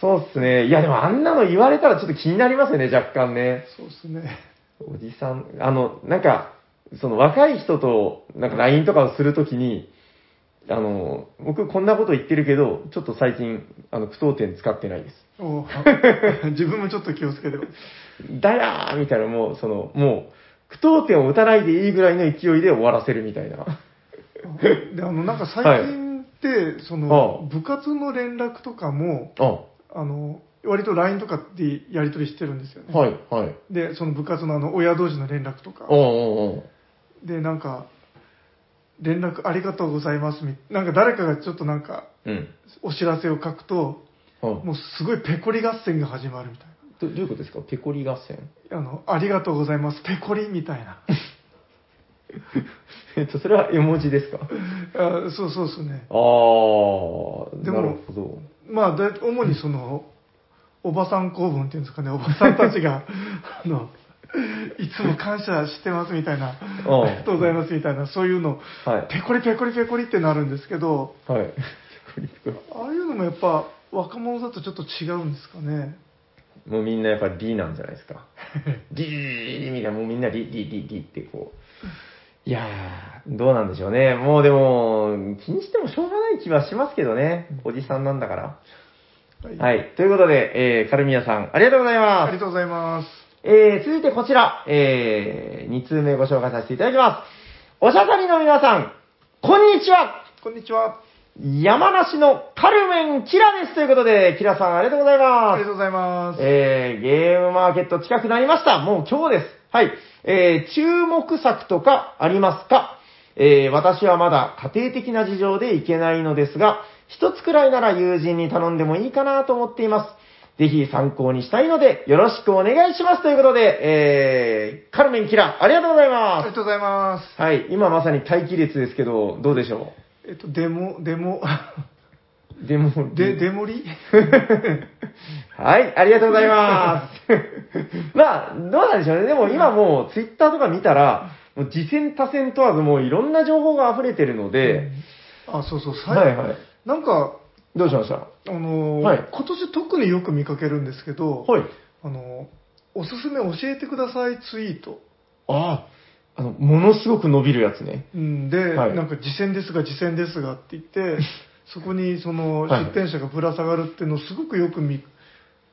B: そうっすね。いや、でもあんなの言われたらちょっと気になりますよね、若干ね。
A: そうですね。
B: おじさん、あの、なんか、その若い人と、なんか LINE とかをするときに、あの、僕こんなこと言ってるけど、ちょっと最近、あの、苦闘点使ってないです。
A: お自分もちょっと気をつけてます。
B: だやーみたいな、もう、その、もう、苦闘点を打たないでいいぐらいの勢いで終わらせるみたいな。
A: で、あの、なんか最近って、そ
B: あ
A: の
B: あ、
A: 部活の連絡とかも、
B: あ、
A: あの、割と LINE とかでやり取りしてるんですよね。
B: はい、はい。
A: で、その部活のあの、親同士の連絡とか。
B: おうおうおう
A: で、なんか、連絡ありがとうございますみ、なんか誰かがちょっとなんか、
B: うん。
A: お知らせを書くと、
B: はい
A: もうすごいペコリ合戦が始まるみたい
B: どどういうことですかペコリ合戦
A: な。あの、ありがとうございます、ペコリみたいな。
B: えっと、それは絵文字ですかああ、
A: あそうそうですね。でも
B: なるほど。
A: まあ、だ主にその、おばさん公文っていうんですかね、おばさんたち が、あの、いつも感謝してますみたいな、
B: うん
A: ありがとうございますみたいな、そういうの、
B: はい。
A: ペコリペコリペコリってなるんですけど、
B: はい。 ペコリペコ
A: ああいうのもやっぱ若者だとちょっと違うんですかね。
B: リもうみんなやっぱり D なんじゃないですか。D みたいな、もうみんなリリリリってこう。いやー、どうなんでしょうね。もうでも、気にしてもしょうがない気はしますけどね。おじさんなんだから。
A: は
B: はい。ということで、えー、カルミヤさん、ありがとうござい
A: あ
B: ます
A: りが。とうございます。
B: えー、続いてこちら、えー、2通目ご紹介させていただきます。おしゃさりの皆さん、こんにちは
A: こんにちは。
B: 山梨のカルメン・キラですということで、キラさんありがとうござい
A: あ
B: ま
A: りが
B: す。
A: とうございます。
B: えー、ゲームマーケット近くなりました。もう今日です。はい。えー、注目作とかありますかえー、私はまだ家庭的な事情で行けないのですが、一つくらいなら友人に頼んでもいいかなと思っています。ぜひ参考にしたいので、よろしくお願いしますということで、えー、カルメン・キラ、ありがとうござ
A: あ
B: い
A: りが
B: ま
A: とうございます。
B: す。はい。今まさに待機列ですけど、どうでしょ
A: えっと、デモ、デモ、
B: うでも、
A: で、デモリ
B: はい、ありがとうございます。 まあ、どうなんでしょうね。でも今もうツイッターとか見たら、もう次戦多戦問わずもういろんな情報が溢れてるので、
A: あ、そうそう、さい
B: はいはい。
A: なんか、
B: どうしましたは
A: あのー
B: はい
A: 今年特によく見かけるんですけど、
B: い。
A: あのーおすすめ教えてくださいツイート。
B: ああ、あの、ものすごく伸びるやつね。
A: うん、で、
B: はい
A: なんか、次戦ですが、次戦ですがって言っ て、そこにその
B: はい
A: 出店者がぶら下がるっていうのをすごくよく見見か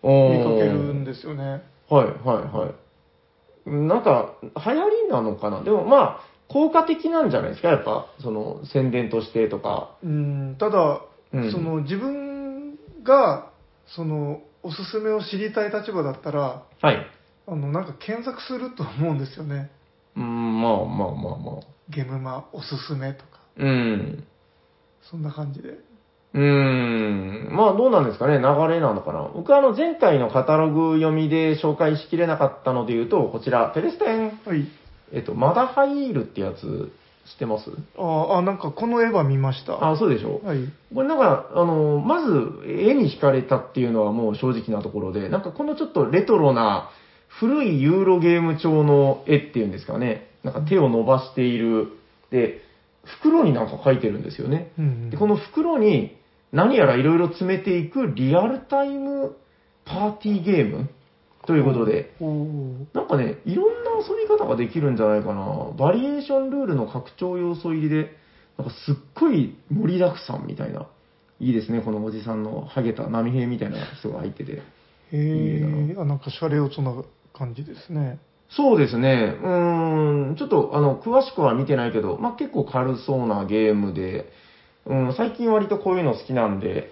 B: おー
A: けるんですよね。
B: はいはいはい。なんか、流行りなのかなでもまあ、効果的なんじゃないですか、やっぱ、その、宣伝としてとか。
A: うん、ただ、
B: うん
A: その自分がそのおすすめを知りたい立場だったら
B: はい。
A: あのなんか検索すると思うんですよね
B: うん、まあまあまあまあ。
A: ゲムマおすすめとか
B: うん。
A: そんな感じで
B: うーん。まあどうなんですかね、流れなのかな。僕はあの前回のカタログ読みで紹介しきれなかったので言うと、こちら、ペレステン、
A: はい
B: えっと、マダハイールってやつ、知ってます
A: ああなんかこの絵は見ました
B: あ、そうでしょ
A: はい
B: これなんか、あの、まず絵に惹かれたっていうのはもう正直なところで、なんかこのちょっとレトロな古いユーロゲーム調の絵っていうんですかね。なんか手を伸ばしている。で、袋になんか描いてるんですよね。
A: うん
B: で、この袋に何やらいろいろ詰めていくリアルタイムパーティーゲームということで、
A: おー
B: なんかね、いろんな遊び方ができるんじゃないかな。バリエーションルールの拡張要素入りで、なんかすっごい盛りだくさんみたいな。いいですね、このおじさんのハゲた波平みたいな人が入ってて。い
A: へ
B: い
A: えあなんかシャレオツな感じですね
B: そうですね。うーん、ちょっと、あの、詳しくは見てないけど、まあ、結構軽そうなゲームで、うん、最近割とこういうの好きなんで、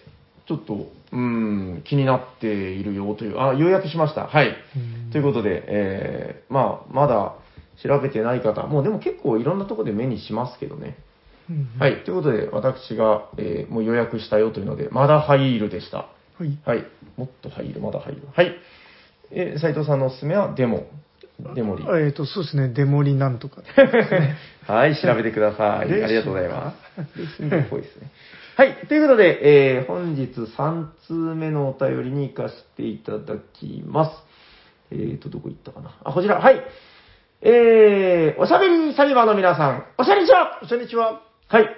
B: ちょっと、うん、気になっているよという、あ、ようやくしました。はい。
A: うん
B: ということで、えー、まあ、まだ調べてない方、もうでも結構いろんなところで目にしますけどね。
A: うん
B: は
A: はい
B: い。ということで、私が、えーもう予約したよというので、まだハイールでした。はい。もっとハイール、まだハイール。はい。えー、斉藤さんのおすすめはデモ。デモリ。
A: あえっ、とそうですねデモリなん とか
B: はい、調べてください。
A: レーシング
B: ありがとうございます。レーシングっぽいですね。はい、ということで、えー本日3通目のお便りに行かせていただきます。えーと、どこ行ったかなあ、こちら、はい。えー、おしゃべりサニバーの皆さん、おしゃれにしようおしゃれにしようはい。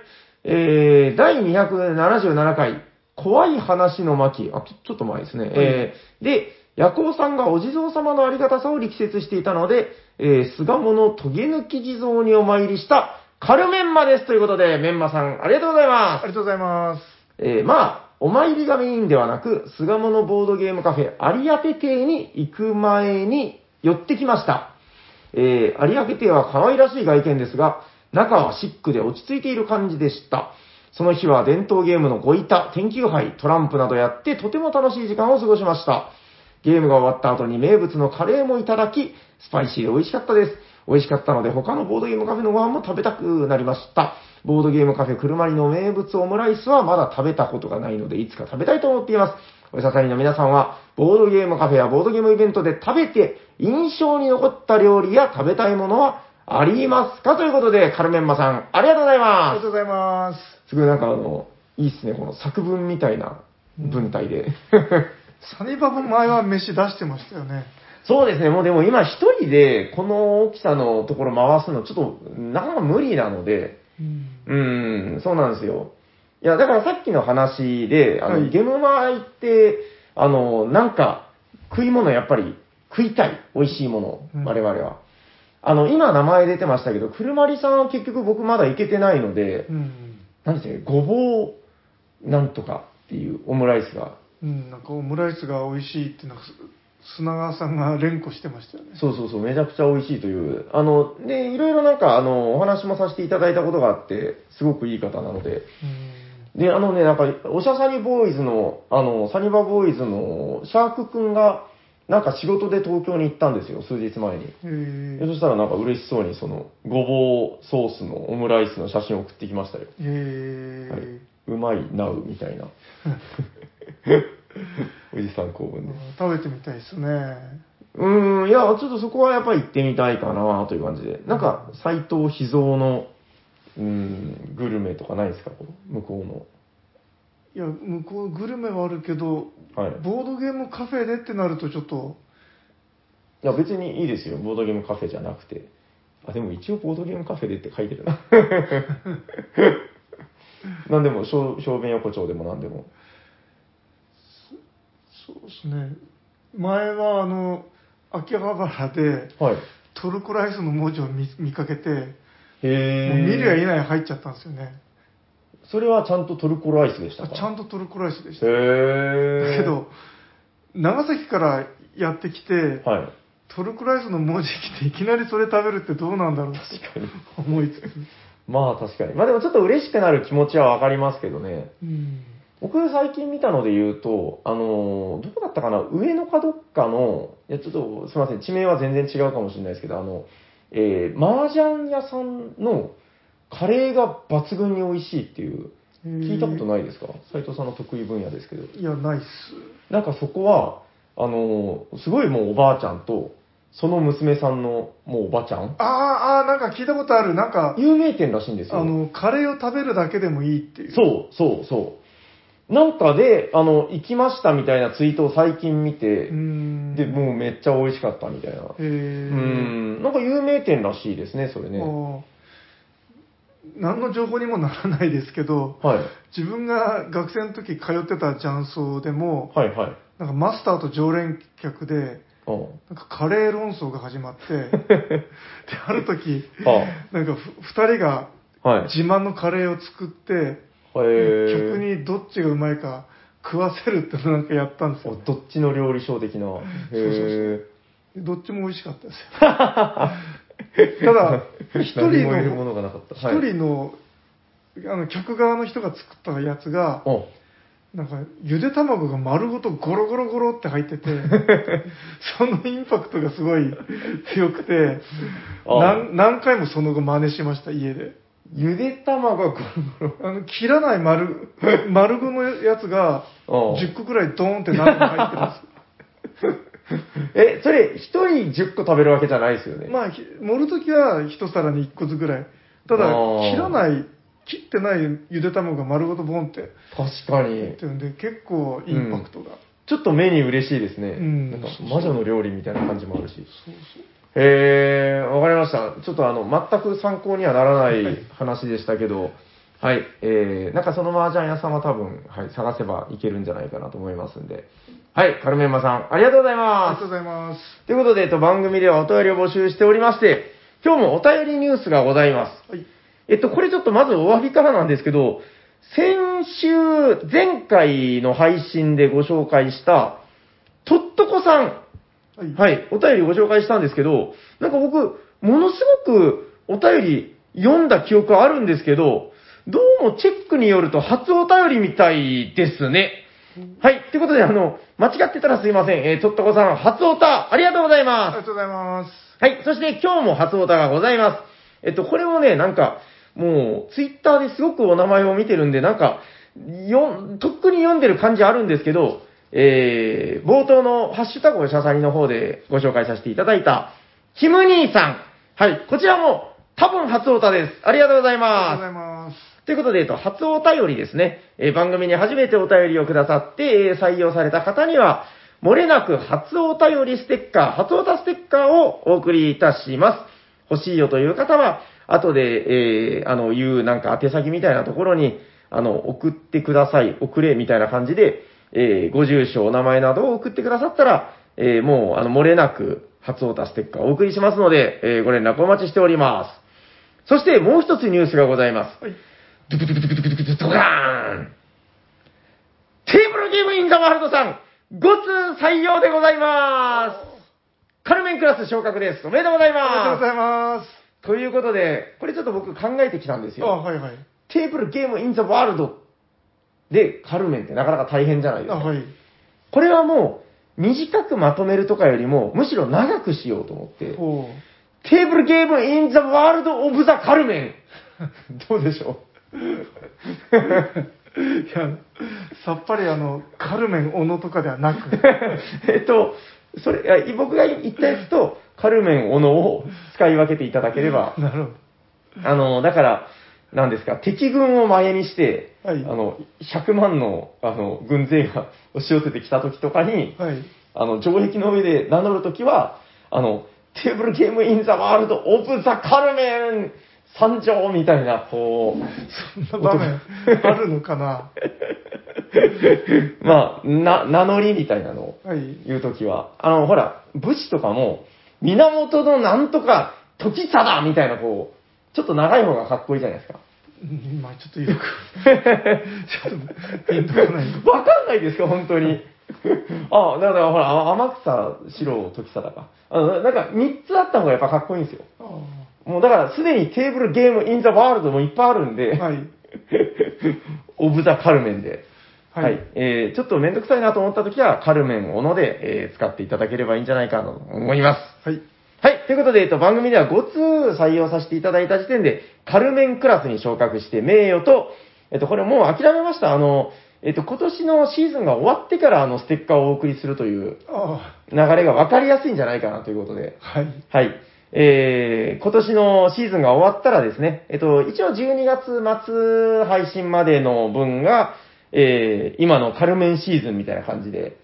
B: えー、第277回、怖い話の巻。あ、ちょちょっと前ですね。えー、で、夜行さんがお地蔵様のありがたさを力説していたので、えー、菅物とげ抜き地蔵にお参りした、カルメンマです。ということで、メンマさん、ありがとうございます
A: あり。がとうございます
B: えーまあ、お参りがメインではなく、菅物ボードゲームカフェ有明亭に行く前に寄ってきました。えー有明亭は可愛らしい外見ですが、中はシックで落ち着いている感じでした。その日は伝統ゲームのご板、天球杯、トランプなどやってとても楽しい時間を過ごしました。ゲームが終わった後に名物のカレーもいただき、スパイシーで美味しかったです。美味しかったので他のボードゲームカフェのご飯も食べたくなりました。ボードゲームカフェくるまりの名物オムライスはまだ食べたことがないのでいつか食べたいと思っています。おささりの皆さんは、ボードゲームカフェやボードゲームイベントで食べて印象に残った料理や食べたいものはありますかということで、カルメンマさん、ありがとうござい
A: あり
B: ま
A: がとうございます
B: す。すごいなんかあの、いいっすね、この作文みたいな文体で。
A: サニバも前は飯出してましたよね。
B: そうですね、もうでも今一人でこの大きさのところ回すのちょっとなかなか無理なので、うーん、そうなんですよ。いや、だからさっきの話で、あの、
A: はい
B: ゲームマ行って、あの、なんか食い物やっぱり食いたい、美味しいもの、
A: うん
B: 我々は。あの、今名前出てましたけど、くるまりさんは結局僕まだ行けてないので
A: う、ん。
B: なんですね、ごぼうなんとかっていうオムライスが
A: うん、なんかオムライスが美味しいって、なんかす砂川さんが連呼してましたよね。
B: そうそうそう、めちゃくちゃ美味しいという。あの、で、いろいろなんか、あの、お話もさせていただいたことがあって、すごくいい方なので。
A: うん
B: で、あのね、なんか、おしゃさにボーイズの、あの、サニバボーイズの、シャークくんが、なんか仕事で東京に行ったんですよ、数日前に。で
A: へ
B: そしたらなんか嬉しそうに、その、ごぼうソースのオムライスの写真を送ってきましたよ。
A: え。へ
B: はい
A: え。
B: うまいなう、みたいな。おじさん興奮です。
A: 食べてみたいですね。
B: うーん、いや、ちょっとそこはやっぱり行ってみたいかなという感じで。なんか、斎藤秘蔵の、うーん、グルメとかないですかこう向こ
A: いや、向こうグルメはあるけど、
B: うの。はい。
A: ボードゲームカフェでってなるとちょっと、
B: いや、別にいいですよ。ボードゲームカフェじゃなくて。あ、でも一応ボードゲームカフェでって書いてる な。なんでも、小小便横丁でもなんでも。
A: そうですね。前はあの、秋葉原で
B: はい。
A: トルコライスの文字を見見かけて、も
B: へ
A: う
B: え。
A: 見りゃいない入っちゃったんですよね。
B: それはちゃんとトルコライスでした
A: あ
B: か
A: ちゃん
B: と。
A: とトルコライスでした
B: へ
A: だ
B: え。
A: けど、長崎からやってきて、
B: はい。
A: トルクライスの文字来ていきなりそれ食べるってどうなんだろうって
B: 確かに。
A: 思いつく。
B: まあ確かに。まあでもちょっと嬉しくなる気持ちはわかりますけどね。
A: うん。
B: 僕最近見たので言うと、あのーどこだったかな上野かどっかの、いやちょっとすいません、地名は全然違うかもしれないですけど、あの、えー、麻雀屋さんのカレーが抜群に美味しいっていう、聞いたこと
A: い
B: ないですか斉藤さんの得意分野ですけど。
A: いや、ないっす。
B: なんかそこは、あのーすごいもうおばあちゃんと、その娘さんのもうおばちゃん、
A: ああ、ああ、なんか聞いたことある。なんか、
B: 有名店らしいんですよ。
A: あの、カレーを食べるだけでもいいっていう。
B: そう、そう、そう。なんかで、あの、行きましたみたいなツイートを最近見て
A: うー、ん。
B: で、もうめっちゃ美味しかったみたいな。
A: へ
B: う
A: え。
B: ん、なんか有名店らしいですね、それね。は
A: ああ何の情報にもならないですけど、
B: い。
A: 自分が学生の時通ってた雀荘でも、
B: はい、はい。
A: なんかマスターと常連客で、
B: うん
A: なんかカレー論争が始 まって、で、ある時、なんかふ二人が
B: あ、はい。
A: 自慢のカレーを作って、
B: へー
A: 客にどっちがうまいか食わせるってのなんかやったんです
B: お
A: よ。
B: どっちの料理賞的 な。へえ。
A: どっちも美味しかった ですよ。ただ、一人
B: 何も入れるも
A: の、
B: のがなかった。
A: 一
B: はい
A: 人の、あの、客側の人が作ったやつが、
B: うん
A: なんか、ゆで卵が丸ごとゴロゴロゴロって入 ってて、そのインパクトがすごい強くて、
B: あ
A: 何何回もその後真似しました、家で。
B: ゆで卵がゴロ
A: あの、切らない丸、 丸具のやつが、
B: ゴロ。うん
A: 10個くらいドーンって何個も入ってま
B: え、それ、一人10個食べるわけじゃないですよね。
A: す。まあ、ひ盛るときは一皿に1個ずつぐらい。ただ、
B: あー
A: 切らない、切ってないゆで卵が丸ごとボンって
B: 確か
A: 入
B: に
A: って。るんで、結構インパクトが。
B: ちょっと目に嬉しいですね。
A: うん
B: なんか魔女の料理みたいな感じもあるし。
A: そうそう。
B: へえ、わかりました。ちょっとあの、全く参考にはならない話でしたけど、はい、えー、なんかその麻雀屋さんは多分、はい、探せばいけるんじゃないかなと思いますんで。はい、カルメンマさん、ありがとうござい
A: あり
B: ま
A: が
B: す
A: とう。ございます。
B: ということで、えっと、番組ではお便りを募集しておりまして、今日もお便りニュースがございます。
A: はい
B: えっと、これちょっとまずお詫びからなんですけど、先週、前回の配信でご紹介した、とっとこさん。
A: はい。
B: はい、お便りご紹介したんですけど、なんか僕、ものすごくお便り読んだ記憶あるんですけど、どうもチェックによると初お便りみたいですね。はい、ということで、あの、間違ってたらすいません。えー、とっとこさん、初おた、ありがとうござい
A: あり
B: ます
A: が。とうございます。
B: はい。そして今日も初オタがございます。えっと、これもね、なんか、もう、ツイッターですごくお名前を見てるんで、なんか、よ、とっくに読んでる感じあるんですけど、えー、冒頭のハッシュタグおしゃさりの方でご紹介させていただいた、キム兄さん。はい。こちらも、多分初オタです。ありがとうござい
A: あ
B: ま
A: り
B: す
A: がとうござ。います。
B: ということで、えっと、初お便りですね。えー番組に初めてお便りをくださって、えー採用された方には、漏れなく初お便りステッカー、初おたステッカーをお送りいたします。欲しいよという方は、後で、えーあの、言うなんか宛先みたいなところに、あの、送ってください、送れ、みたいな感じで、えーご住所、お名前などを送ってくださったら、えーもう、あの、漏れなく初おたステッカーをお送りしますので、えーご連絡お待ちしております。そして、もう一つニュースがございます。
A: はい。
B: ドゥクドゥクドゥクドゥクドゥクドゥクドカーンテーブルゲームインザワールドさん、5通採用でございますカルメンクラス昇格ですおめでとうござい
A: ありがとうご
B: ま
A: ざいます。
B: すということで、これちょっと僕考えてきたんです
A: あ、
B: よ。
A: はいはい。
B: テーブルゲームインザワールドでカルメンってなかなか大変じゃないです
A: あ、
B: か。
A: はい。
B: これはもう、短くまとめるとかよりも、むしろ長くしようと思って、
A: ほ
B: テーブルゲームインザワールドオブザカルメンどうでしょ う
A: う。いや、さっぱりあの、カルメン小野とかではなく、
B: えっと、それ、あ僕が言ったやつと、カルメン、オノを使い分けていただければ、
A: なるほど。
B: あの、だから、なんですか、敵軍を前にして、
A: はい
B: あの、100万の、あの、軍勢が押し寄せてきた時とかに、
A: はい。
B: あの、城壁の上で名乗る時は、あの、テーブルゲームインザワールドオブザカルメン参上みたいな、こう、
A: そんな場面あるのか な
B: まあ、な、名乗りみたいなのを
A: はい。
B: いうときは、あの、ほら、武士とかも、源のなんとか、時貞みたいな、こう、ちょっと長い方がかっこいいじゃない ですか。
A: うんまあちょっとよく、ちょっとピンとこない。
B: わかんないですか、本当に。あ、だからほら、あ天草、白、時貞か。あの、なんか3つあった方がやっぱかっこいいんですよ。
A: ああ
B: もうだからすでにテーブルゲームインザワールドもいっぱいあるん で、
A: はい。
B: オブザカルメンで。
A: は
B: はいい、えー、ちょっとめんどくさいなと思った時は、カルメンをので、えー使っていただければいいんじゃないかなと思います。
A: はい。
B: はい。ということで、えっと、番組では5通採用させていただいた時点で、カルメンクラスに昇格して名誉と、えっと、これもう諦めました。あの、えっと、今年のシーズンが終わってから、あの、ステッカーをお送りするという
A: あ
B: 流れが分かりやすいんじゃないかなということで
A: あ、。はい。
B: はい。えー、今年のシーズンが終わったらですね、えっと、一応12月末配信までの分が、えー、今のカルメンシーズンみたいな感じで、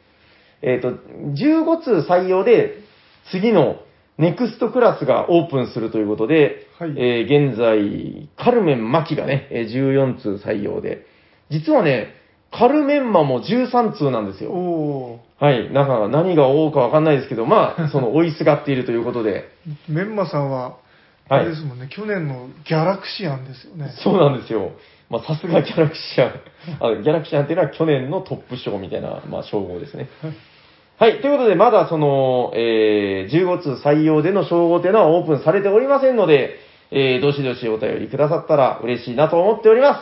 B: えっと、15通採用で、次のネクストクラスがオープンするということで、
A: はい
B: えー、現在、カルメンマキがね、えー14通採用で、実はね、カルメンマも13通なんですよ。
A: おー。
B: はい。なんか何が多いかわかんないですけど、ま あ、その追いすがっているということで、
A: メンマさんは、あ
B: はい
A: れですもんね、去年のギャラクシアンですよね。
B: そうなんですよ。まあ、さすがギャラクシアン。あのギャラクシアンっていうのは去年のトップ賞みたいな、まあ、称号ですね。はい。ということで、まだその、えー、15通採用での称号というのはオープンされておりませんので、えー、どしどしお便りくださったら嬉しいなと思っております。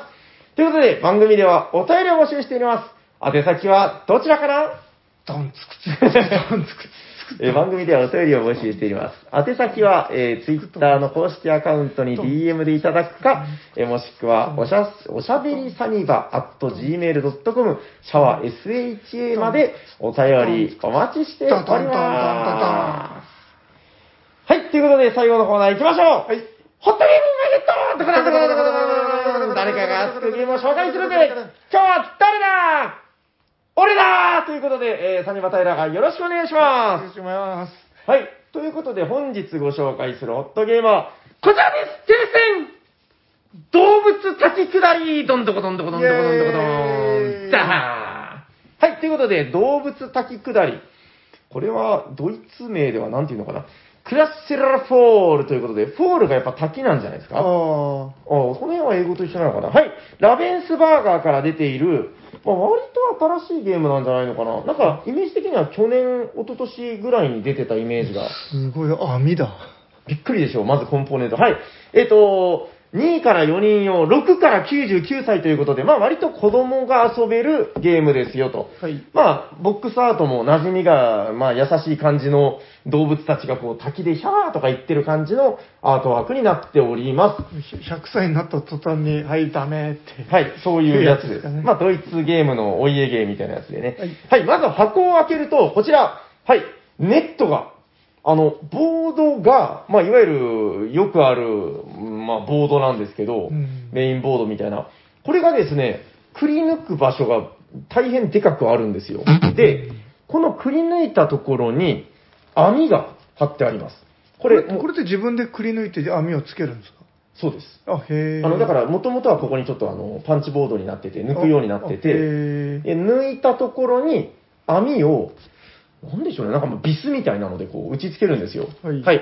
B: ということで、番組ではお便りを募集しております。宛先はどちらかな
A: ドンつくつくつくドンつくつくつく
B: えー番組ではお便りを募集しています。宛先は、えー、Twitter の公式アカウントに DM でいただくか、えーもしくはおしゃ、おしゃべりサニバ at gmail.com、シャワー SHA までお便りお待ちしております。はい、ということで最後のコーナー行きましょうはいホットゲームマーケットとかなんとかなんとかなんとかなんとか誰かが熱くゲームを紹介するぜ今日は誰だ俺だということで、えー、サニバ平がよろしくお願いし
A: お
B: ます
A: 願いします。
B: はい。ということで、本日ご紹介するホットゲームは、こちらですテレセン動物滝下りどんどこどんどこどんどこどんどこど
A: イエーイ
B: んダハーはい。ということで、動物滝下り。これは、ドイツ名では何て言うのかなクラッセラフォールということで、フォールがやっぱ滝なんじゃないですか
A: ああ。は
B: あ、この辺は英語と一緒なのかなはい。ラベンスバーガーから出ている、まあ、割と新しいゲームなんじゃないのかななんか、イメージ的には去年、一昨年ぐらいに出てたイメージが。
A: すごい網だ。
B: びっくりでしょう、まずコンポーネント。はい。えっ、と、2位から4人用、6から99歳ということで、まあ割と子供が遊べるゲームですよと。
A: はい。
B: まあ、ボックスアートも馴染みが、まあ、優しい感じの動物たちがこう滝でヒャーとか言ってる感じのアートワークになっております。
A: 100歳になった途端に、はい、ダメって。
B: はい、そういうやつ
A: そういうやつで
B: ですす。
A: かね
B: まあ、ドイツゲームのお家芸みたいなやつでね。
A: は
B: はい、まず箱を開けると、こちら、はい、ネットが、あの、ボードが、まあ、いわゆる、よくある、まあ、ボードなんですけど、
A: うん
B: メインボードみたいな。これがですね、くり抜く場所が大変でかくあるんですよ。で、このくり抜いたところに、網が張ってあります。こ
A: こ
B: れ、
A: れ、これって自分でくり抜いて網をつけるんです
B: そうです。
A: かあ、へえ。、
B: あの、だからら、もともとはここにちょっとあの、パンチボードになってて、抜くようになって
A: あへ
B: て、
A: え。
B: で抜いたところに網を、なんでしょうね、なんかもうビスみたいなのでこう打ちつけるんですよ。
A: はい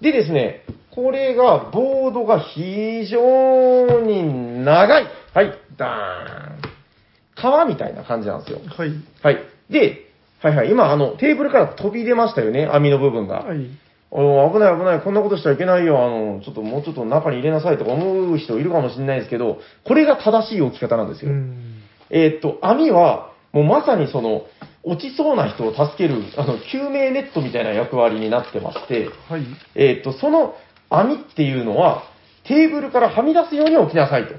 B: でですね、これが、ボードが非常に長い。はい、ダーン。皮みたいな感じなんですよ。
A: はい。
B: はい。で、はいはい、今、あの、テーブルから飛び出ましたよね、網の部分が。
A: はい。
B: おー危ない危ない、こんなことしちゃいけないよ、あの、ちょっともうちょっと中に入れなさいとか思う人いるかもしれないですけど、これが正しい置き方なんです
A: う
B: よ。
A: ん。
B: えーっと、網は、もうまさにその、落ちそうな人を助ける、あの、救命ネットみたいな役割になってまして、
A: はい。
B: えーっと、その網っていうのは、テーブルからはみ出すように置きなさいと。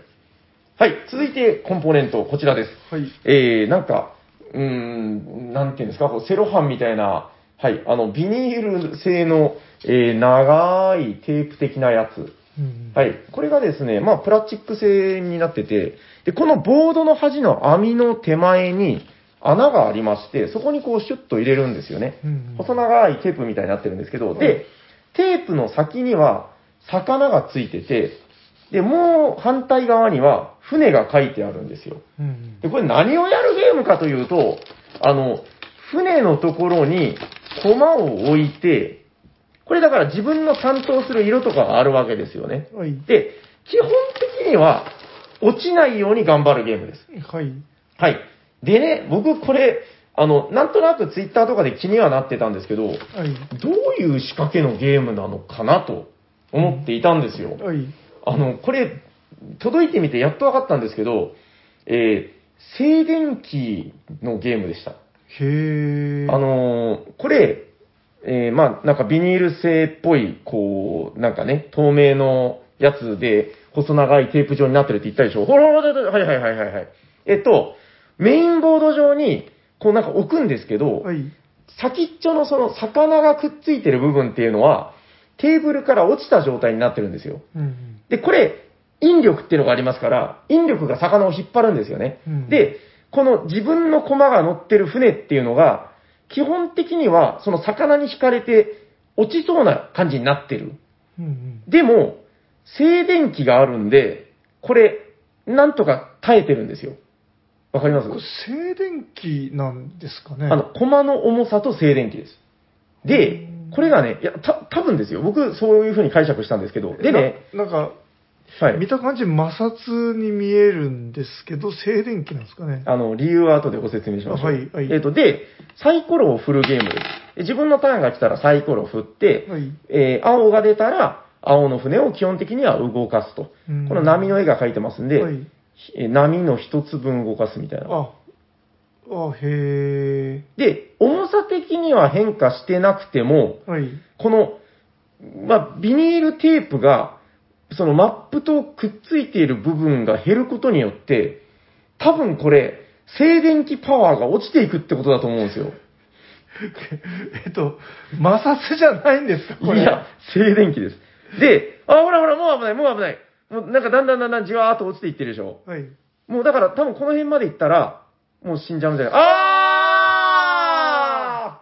B: はい、続いてコンポーネント、こちらです。
A: はい。
B: えー、なんか、うーん、なんていうんですか、こうセロハンみたいな、はい、あの、ビニール製の、えー長いテープ的なやつ。
A: うん。
B: はい。これがですね、まあ、プラスチック製になってて、で、このボードの端の網の手前に穴がありまして、そこにこうシュッと入れるんですよね。
A: うん
B: 細長いテープみたいになってるんですけど、で、テープの先には魚がついてて、で、もう反対側には船が書いてあるんですよ。
A: うん。
B: で、これ何をやるゲームかというと、あの、船のところに駒を置いて、これだから自分の担当する色とかがあるわけですよね。
A: はい。
B: で、基本的には落ちないように頑張るゲームです。
A: はい。
B: はい。でね、僕これ、あの、なんとなくツイッターとかで気にはなってたんですけど、ど
A: はい。
B: ういう仕掛けのゲームなのかなと思っていたんですよ。
A: はい。
B: あの、これ、届いてみてやっと分かったんですけど、えー静電気のゲームでした。
A: へえ。
B: あ、のーこれ、えーまあ、なんかビニール製っぽい、こう、なんかね、透明のやつで、細長いテープ状になってるって言ったでしょほらほらほら、はいはいはいはいはい。えっと、メインボード上に、こうなんか置くんですけど、
A: はい。
B: 先っちょのその魚がくっついてる部分っていうのは、テーブルから落ちた状態になってるんですよ。
A: うん
B: で、これ、引力っていうのがありますから、引力が魚を引っ張るんですよね。
A: うん
B: で、この自分の駒が乗ってる船っていうのが、基本的にはその魚に引かれて落ちそうな感じになってる。
A: うん。うん
B: でも、静電気があるんで、これ、なんとか耐えてるんですよ。わかります
A: うん。これ、静電気なんですかね。
B: あの、、駒の重さと静電気です。で、これがね、いや、た、多分ですよ。僕、そういうふうに解釈したんですけど。でね、
A: な、なんか、
B: はい。
A: 見た感じ摩擦に見えるんですけど、静電気なんですかね。
B: あの、理由は後でご説明しましょう。
A: はいはい
B: えっ、と、で、サイコロを振るゲームです。自分のターンが来たらサイコロを振って、
A: はい。
B: えー青が出たら、青の船を基本的には動かすと。
A: うん
B: この波の絵が描いてますんで、
A: はい。
B: えー波の一つ分動かすみたいな。
A: あ、あ、へえ。
B: で、重さ的には変化してなくても、
A: はい。
B: この、まあ、ビニールテープが、そのマップとくっついている部分が減ることによって、多分これ、静電気パワーが落ちていくってことだと思うんですよ。
A: えっと、摩擦じゃないんですか、
B: い
A: これ。
B: や、静電気です。で、あ、ほらほら、もう危ない、もう危ない。もうなんかだんだんだんだんじわーっと落ちていってるでしょ。
A: はい。
B: もうだから多分この辺まで行ったら、もう死んじゃうんじゃないあ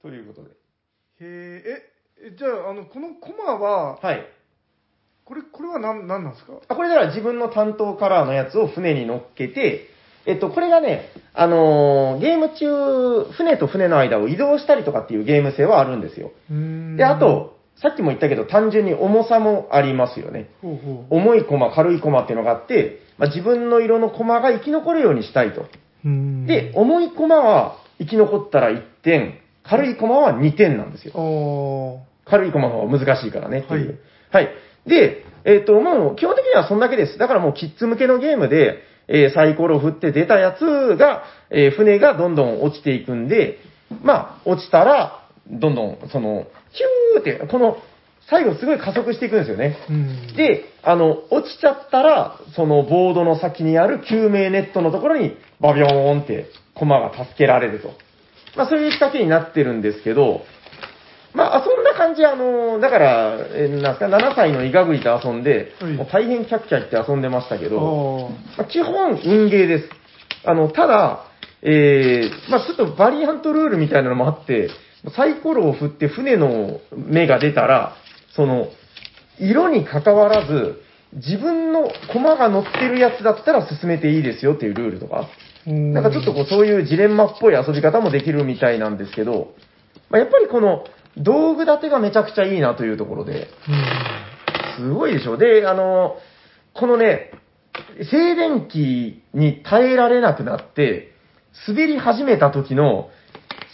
B: ーということで。
A: へえ、え、じゃあ、あの、このコマは、
B: はい。
A: これ、これは何、何なんですか
B: あ、これだから自分の担当カラーのやつを船に乗っけて、えっと、これがね、あのーゲーム中、船と船の間を移動したりとかっていうゲーム性はあるんですよ。
A: うーん
B: で、あ、と、さっきも言ったけど、単純に重さもありますよね。
A: ほうほう。
B: 重い駒、軽い駒っていうのがあって、まあ、自分の色の駒が生き残るようにしたいと。
A: うーん
B: で、、重い駒は生き残ったら1点、軽い駒は2点なんですよ。
A: あー
B: 軽い駒の方が難しいからねっていう。はい。で、えっ、と、もう基本的にはそんだけです。だからもうキッズ向けのゲームで、えーサイコロ振って出たやつが、えー船がどんどん落ちていくんで、まあ、落ちたら、どんどん、その、ヒューって、この、最後すごい加速していくんですよね。
A: うん、
B: で、あの、落ちちゃったら、そのボードの先にある救命ネットのところに、バビョーンって、駒が助けられると。まあ、そういう仕掛けになってるんですけど、まあ、遊んだ感じ、あの、だから、えーなんすか、7歳のイガグリと遊んで、
A: はい
B: もう大変キャッキャ言って遊んでましたけ
A: あー、
B: ど、まあ、基本、運ゲーです。あの、ただ、えー、まあ、ちょっとバリアントルールみたいなのもあって、サイコロを振って船の目が出たら、その、色に関わらず、自分の駒が乗ってるやつだったら進めていいですよっていうルールとか、
A: うーん
B: なんかちょっとこうそういうジレンマっぽい遊び方もできるみたいなんですけど、まあ、やっぱりこの道具立てがめちゃくちゃいいなというところで、
A: う
B: すごいでしょ。で、あの、このね、静電気に耐えられなくなって、滑り始めた時の、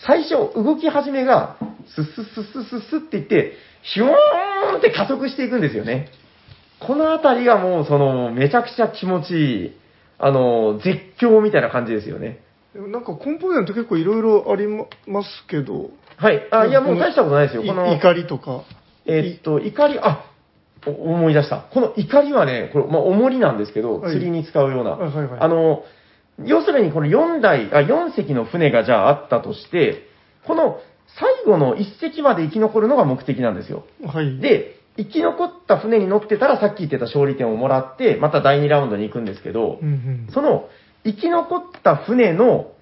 B: 最初、動き始めが、スッスッスッスッスッスッって言って、ヒューンって加速していくんですよね。このあたりがもう、その、めちゃくちゃ気持ちいい、あの、絶叫みたいな感じですよね。
A: んでもなんかコンポーネント結構いろいろありまますけど、
B: はい。あ、いや、もう大したことないですよ。
A: い
B: この、
A: 怒りとか。
B: えーっと、怒り、あ、お思い出した。この怒りはね、これ、まあ、重りなんですけど、
A: はい
B: 釣りに使うような。
A: はいはいはい
B: あの、要するにこの4台、あ、4隻の船がじゃああったとして、この最後の1隻まで生き残るのが目的なんですよ。
A: はい。、
B: で、生き残った船に乗ってたらさっき言ってた勝利点をもらって、また第2ラウンドに行くんですけど、
A: うんうん。
B: その生き残った船の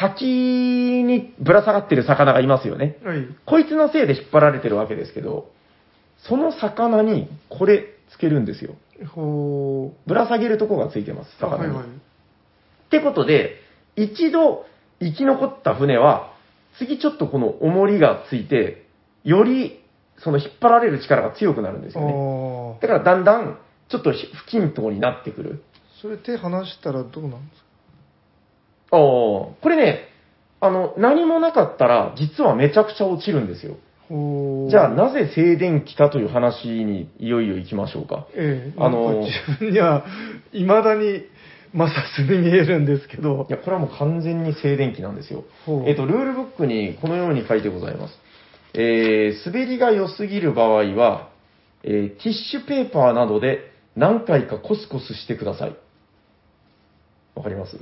B: 先にぶら下がってる魚がいますよね。
A: はい。
B: こいつのせいで引っ張られてるわけですけど、その魚にこれつけるんですよ。
A: ほ
B: ぶら下げるとこがついてます、
A: う。あは
B: 魚
A: い
B: に。
A: はい。
B: ってことで、一度生き残った船は、次ちょっとこの重りがついて、よりその引っ張られる力が強くなるんですよね。
A: ああ
B: だ。からだんだんちょっとひ不均等になってくる。
A: それ手離したらどうなんですか
B: ああ、これね、あの、何もなかったら、実はめちゃくちゃ落ちるんですよ。
A: ほう
B: じゃあ、なぜ静電気かという話にいよいよ行きましょうか。
A: ええ、
B: あ
A: なん
B: の
A: か自分には、いまだに摩擦に見えるんですけど
B: い、や、これはもう完全に静電気なんですよ。
A: ほう
B: えっと、ルールブックにこのように書いてございます。えー、滑りが良すぎる場合は、えーティッシュペーパーなどで何回かコスコスしてください。わかります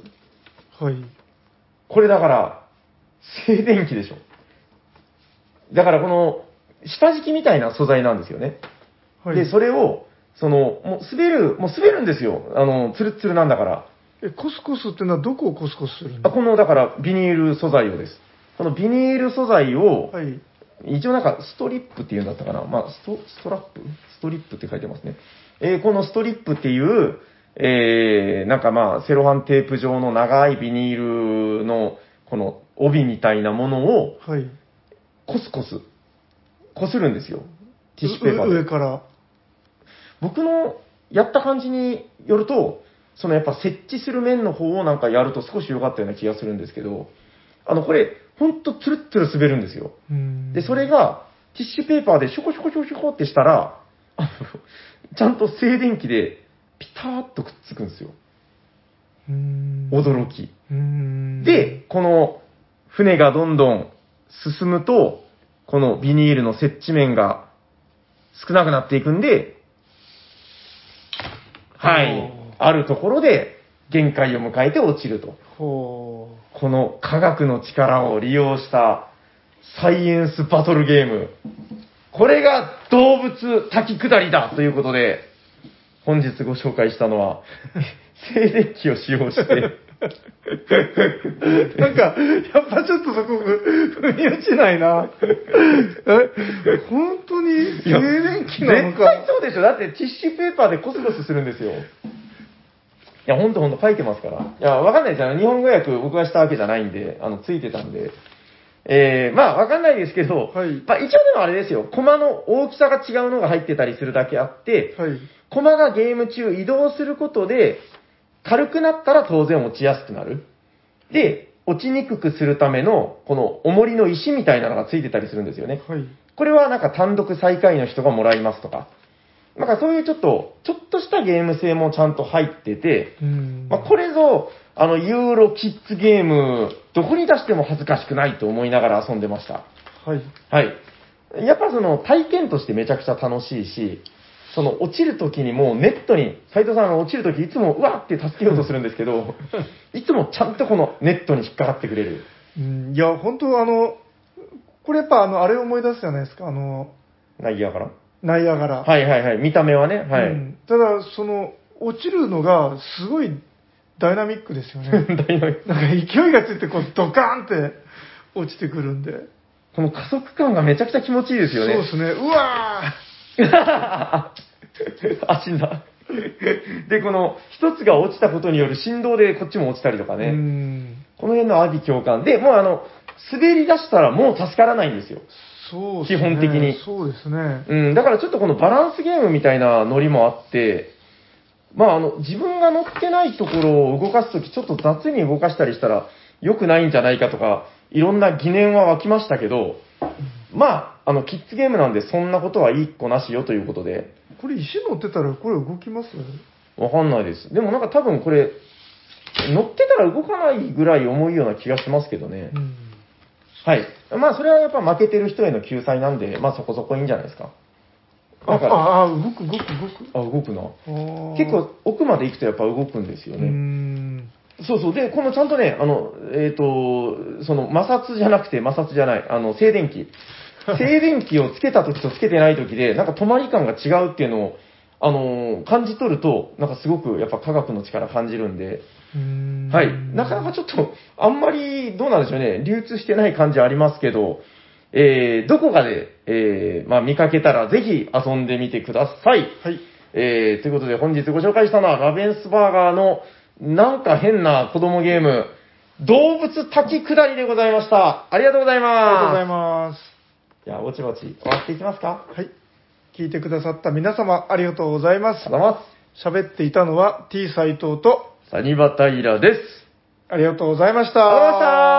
A: はい。
B: これだから、静電気でしょ。だからこの、下敷きみたいな素材なんですよね。
A: はい。
B: で、それを、その、もう滑る、もう滑るんですよ。あの、ツルッツルなんだから。
A: え、コスコスってのはどこをコスコスするん
B: あ
A: です
B: この、だから、ビニール素材をです。このビニール素材を
A: か、はい。
B: 一応なんか、ストリップっていうんだったかな。まあ、スト、ストラップストリップって書いてますね。えーこのストリップっていう、えー、なんかまあ、セロハンテープ状の長いビニールの、この帯みたいなものを、
A: はい。
B: コスコス、こするんですよ。ティッシュペーパ
A: う
B: ー
A: 上
B: で。
A: から。
B: 僕のやった感じによると、そのやっぱ設置する面の方をなんかやると少し良かったような気がするんですけど、あの、これ、ほんとツルッツル滑るんですよ。
A: うん
B: で、それ、が、ティッシュペーパーでショコショコショコショコってしたら、あの、ちゃんと静電気で、ピターっとくっつくんですよ。
A: うん。
B: 驚き。
A: うん。
B: で、、この船がどんどん進むと、このビニールの接地面が少なくなっていくんで、はい
A: おー。
B: あるところで限界を迎えて落ちると。
A: ほう。
B: この科学の力を利用したサイエンスバトルゲーム。これが動物滝下りだということで、本日ご紹介したのは、 静電気を使用して、
A: なんか、やっぱちょっとそこ、踏み落ちないな。 え、本当に静
B: いや
A: 電気なの
B: 絶対
A: か。
B: そうでしょ。だってティッシュペーパーでコスコスするんですよ。いや、ほんとほんと書いてますから。いや、わかんないですよ。日本語訳僕がしたわけじゃないんで、あの、ついてたんで。えー、まあ、わかんないですけど、
A: はい
B: まあ、一応でもあれですよ。コマの大きさが違うのが入ってたりするだけあって、
A: はい。
B: コマがゲーム中移動することで、軽くなったら当然落ちやすくなる。で、落ちにくくするための、この重りの石みたいなのがついてたりするんですよね。
A: はい。
B: これはなんか単独最下位の人がもらいますとか、なんかそういうちょっと、ちょっとしたゲーム性もちゃんと入ってて、
A: うん。
B: まあ、これぞ、あの、ユーロキッズゲーム、どこに出しても恥ずかしくないと思いながら遊んでました。
A: はい。
B: はい。やっぱその体験としてめちゃくちゃ楽しいし、その落ちるときにもうネットに、斉藤さんが落ちるときいつもうわって助けようとするんですけど、いつもちゃんとこのネットに引っかかってくれる。
A: うんいや、本当あの、これやっぱあの、あれを思い出すじゃないですか、あの、
B: ナイアガラ
A: ナイアガラ。
B: はいはいはい。見た目はね、はい。
A: うんただ、その、落ちるのがすごいダイナミックですよ ね。
B: ダイナミック
A: なんか勢いがついて、こう、ドカーンって落ちてくるんで。
B: この加速感がめちゃくちゃ気持ちいいですよね。
A: そうですね。うわー
B: 足だ。で、この一つが落ちたことによる振動でこっちも落ちたりとかね。
A: うん
B: この辺のアビ共感。で、もうあの、滑り出したらもう助からないんですよ。
A: そうですね。
B: 基本的に
A: そうですね。
B: うん、だからちょっとこのバランスゲームみたいなノリもあって、まああの、自分が乗ってないところを動かすとき、ちょっと雑に動かしたりしたら良くないんじゃないかとか、いろんな疑念は湧きましたけど、まあ、あの、キッズゲームなんでそんなことは一個なしよということで、
A: これ石乗ってたらこれ動きます
B: わかんないです。でもなんか多分これ、乗ってたら動かないぐらい重いような気がしますけどね
A: う。ん。
B: はい。まあそれはやっぱ負けてる人への救済なんで、まあそこそこいいんじゃないですか。
A: あ、
B: なんか、あ、
A: あ、あ動く動く動く。
B: 動くな。
A: あー
B: 結、構奥まで行くとやっぱ動くんですよ
A: う
B: ね。
A: ん。
B: そうそう。で、このちゃんとね、あの、えっ、と、その摩擦じゃなくて摩擦じゃない、あの、静電気。静電気をつけた時とつけてない時で、なんか止まり感が違うっていうのを、あのー感じ取ると、なんかすごくやっぱ科学の力感じるんで、
A: うん
B: はい。なかなかちょっと、あんまり、どうなんでしょうね、流通してない感じありますけど、えー、どこかで、えー、まあ見かけたらぜひ遊んでみてください。
A: はい。
B: えーということで本日ご紹介したのはラベンスバーガーのなんか変な子供ゲーム、動物滝下りでございました。ありがとうござい
A: ありがとうござい
B: ま
A: ます。
B: す。いや、ぼちぼち終わっていきますか。
A: はい。聞いてくださった皆様、ありがとうございま
B: あ
A: す
B: りがとう。ございま
A: 喋っていたのは T 斎藤と、
B: す。サニバタイラです。
C: ありがとうございました。
A: ありがとうございました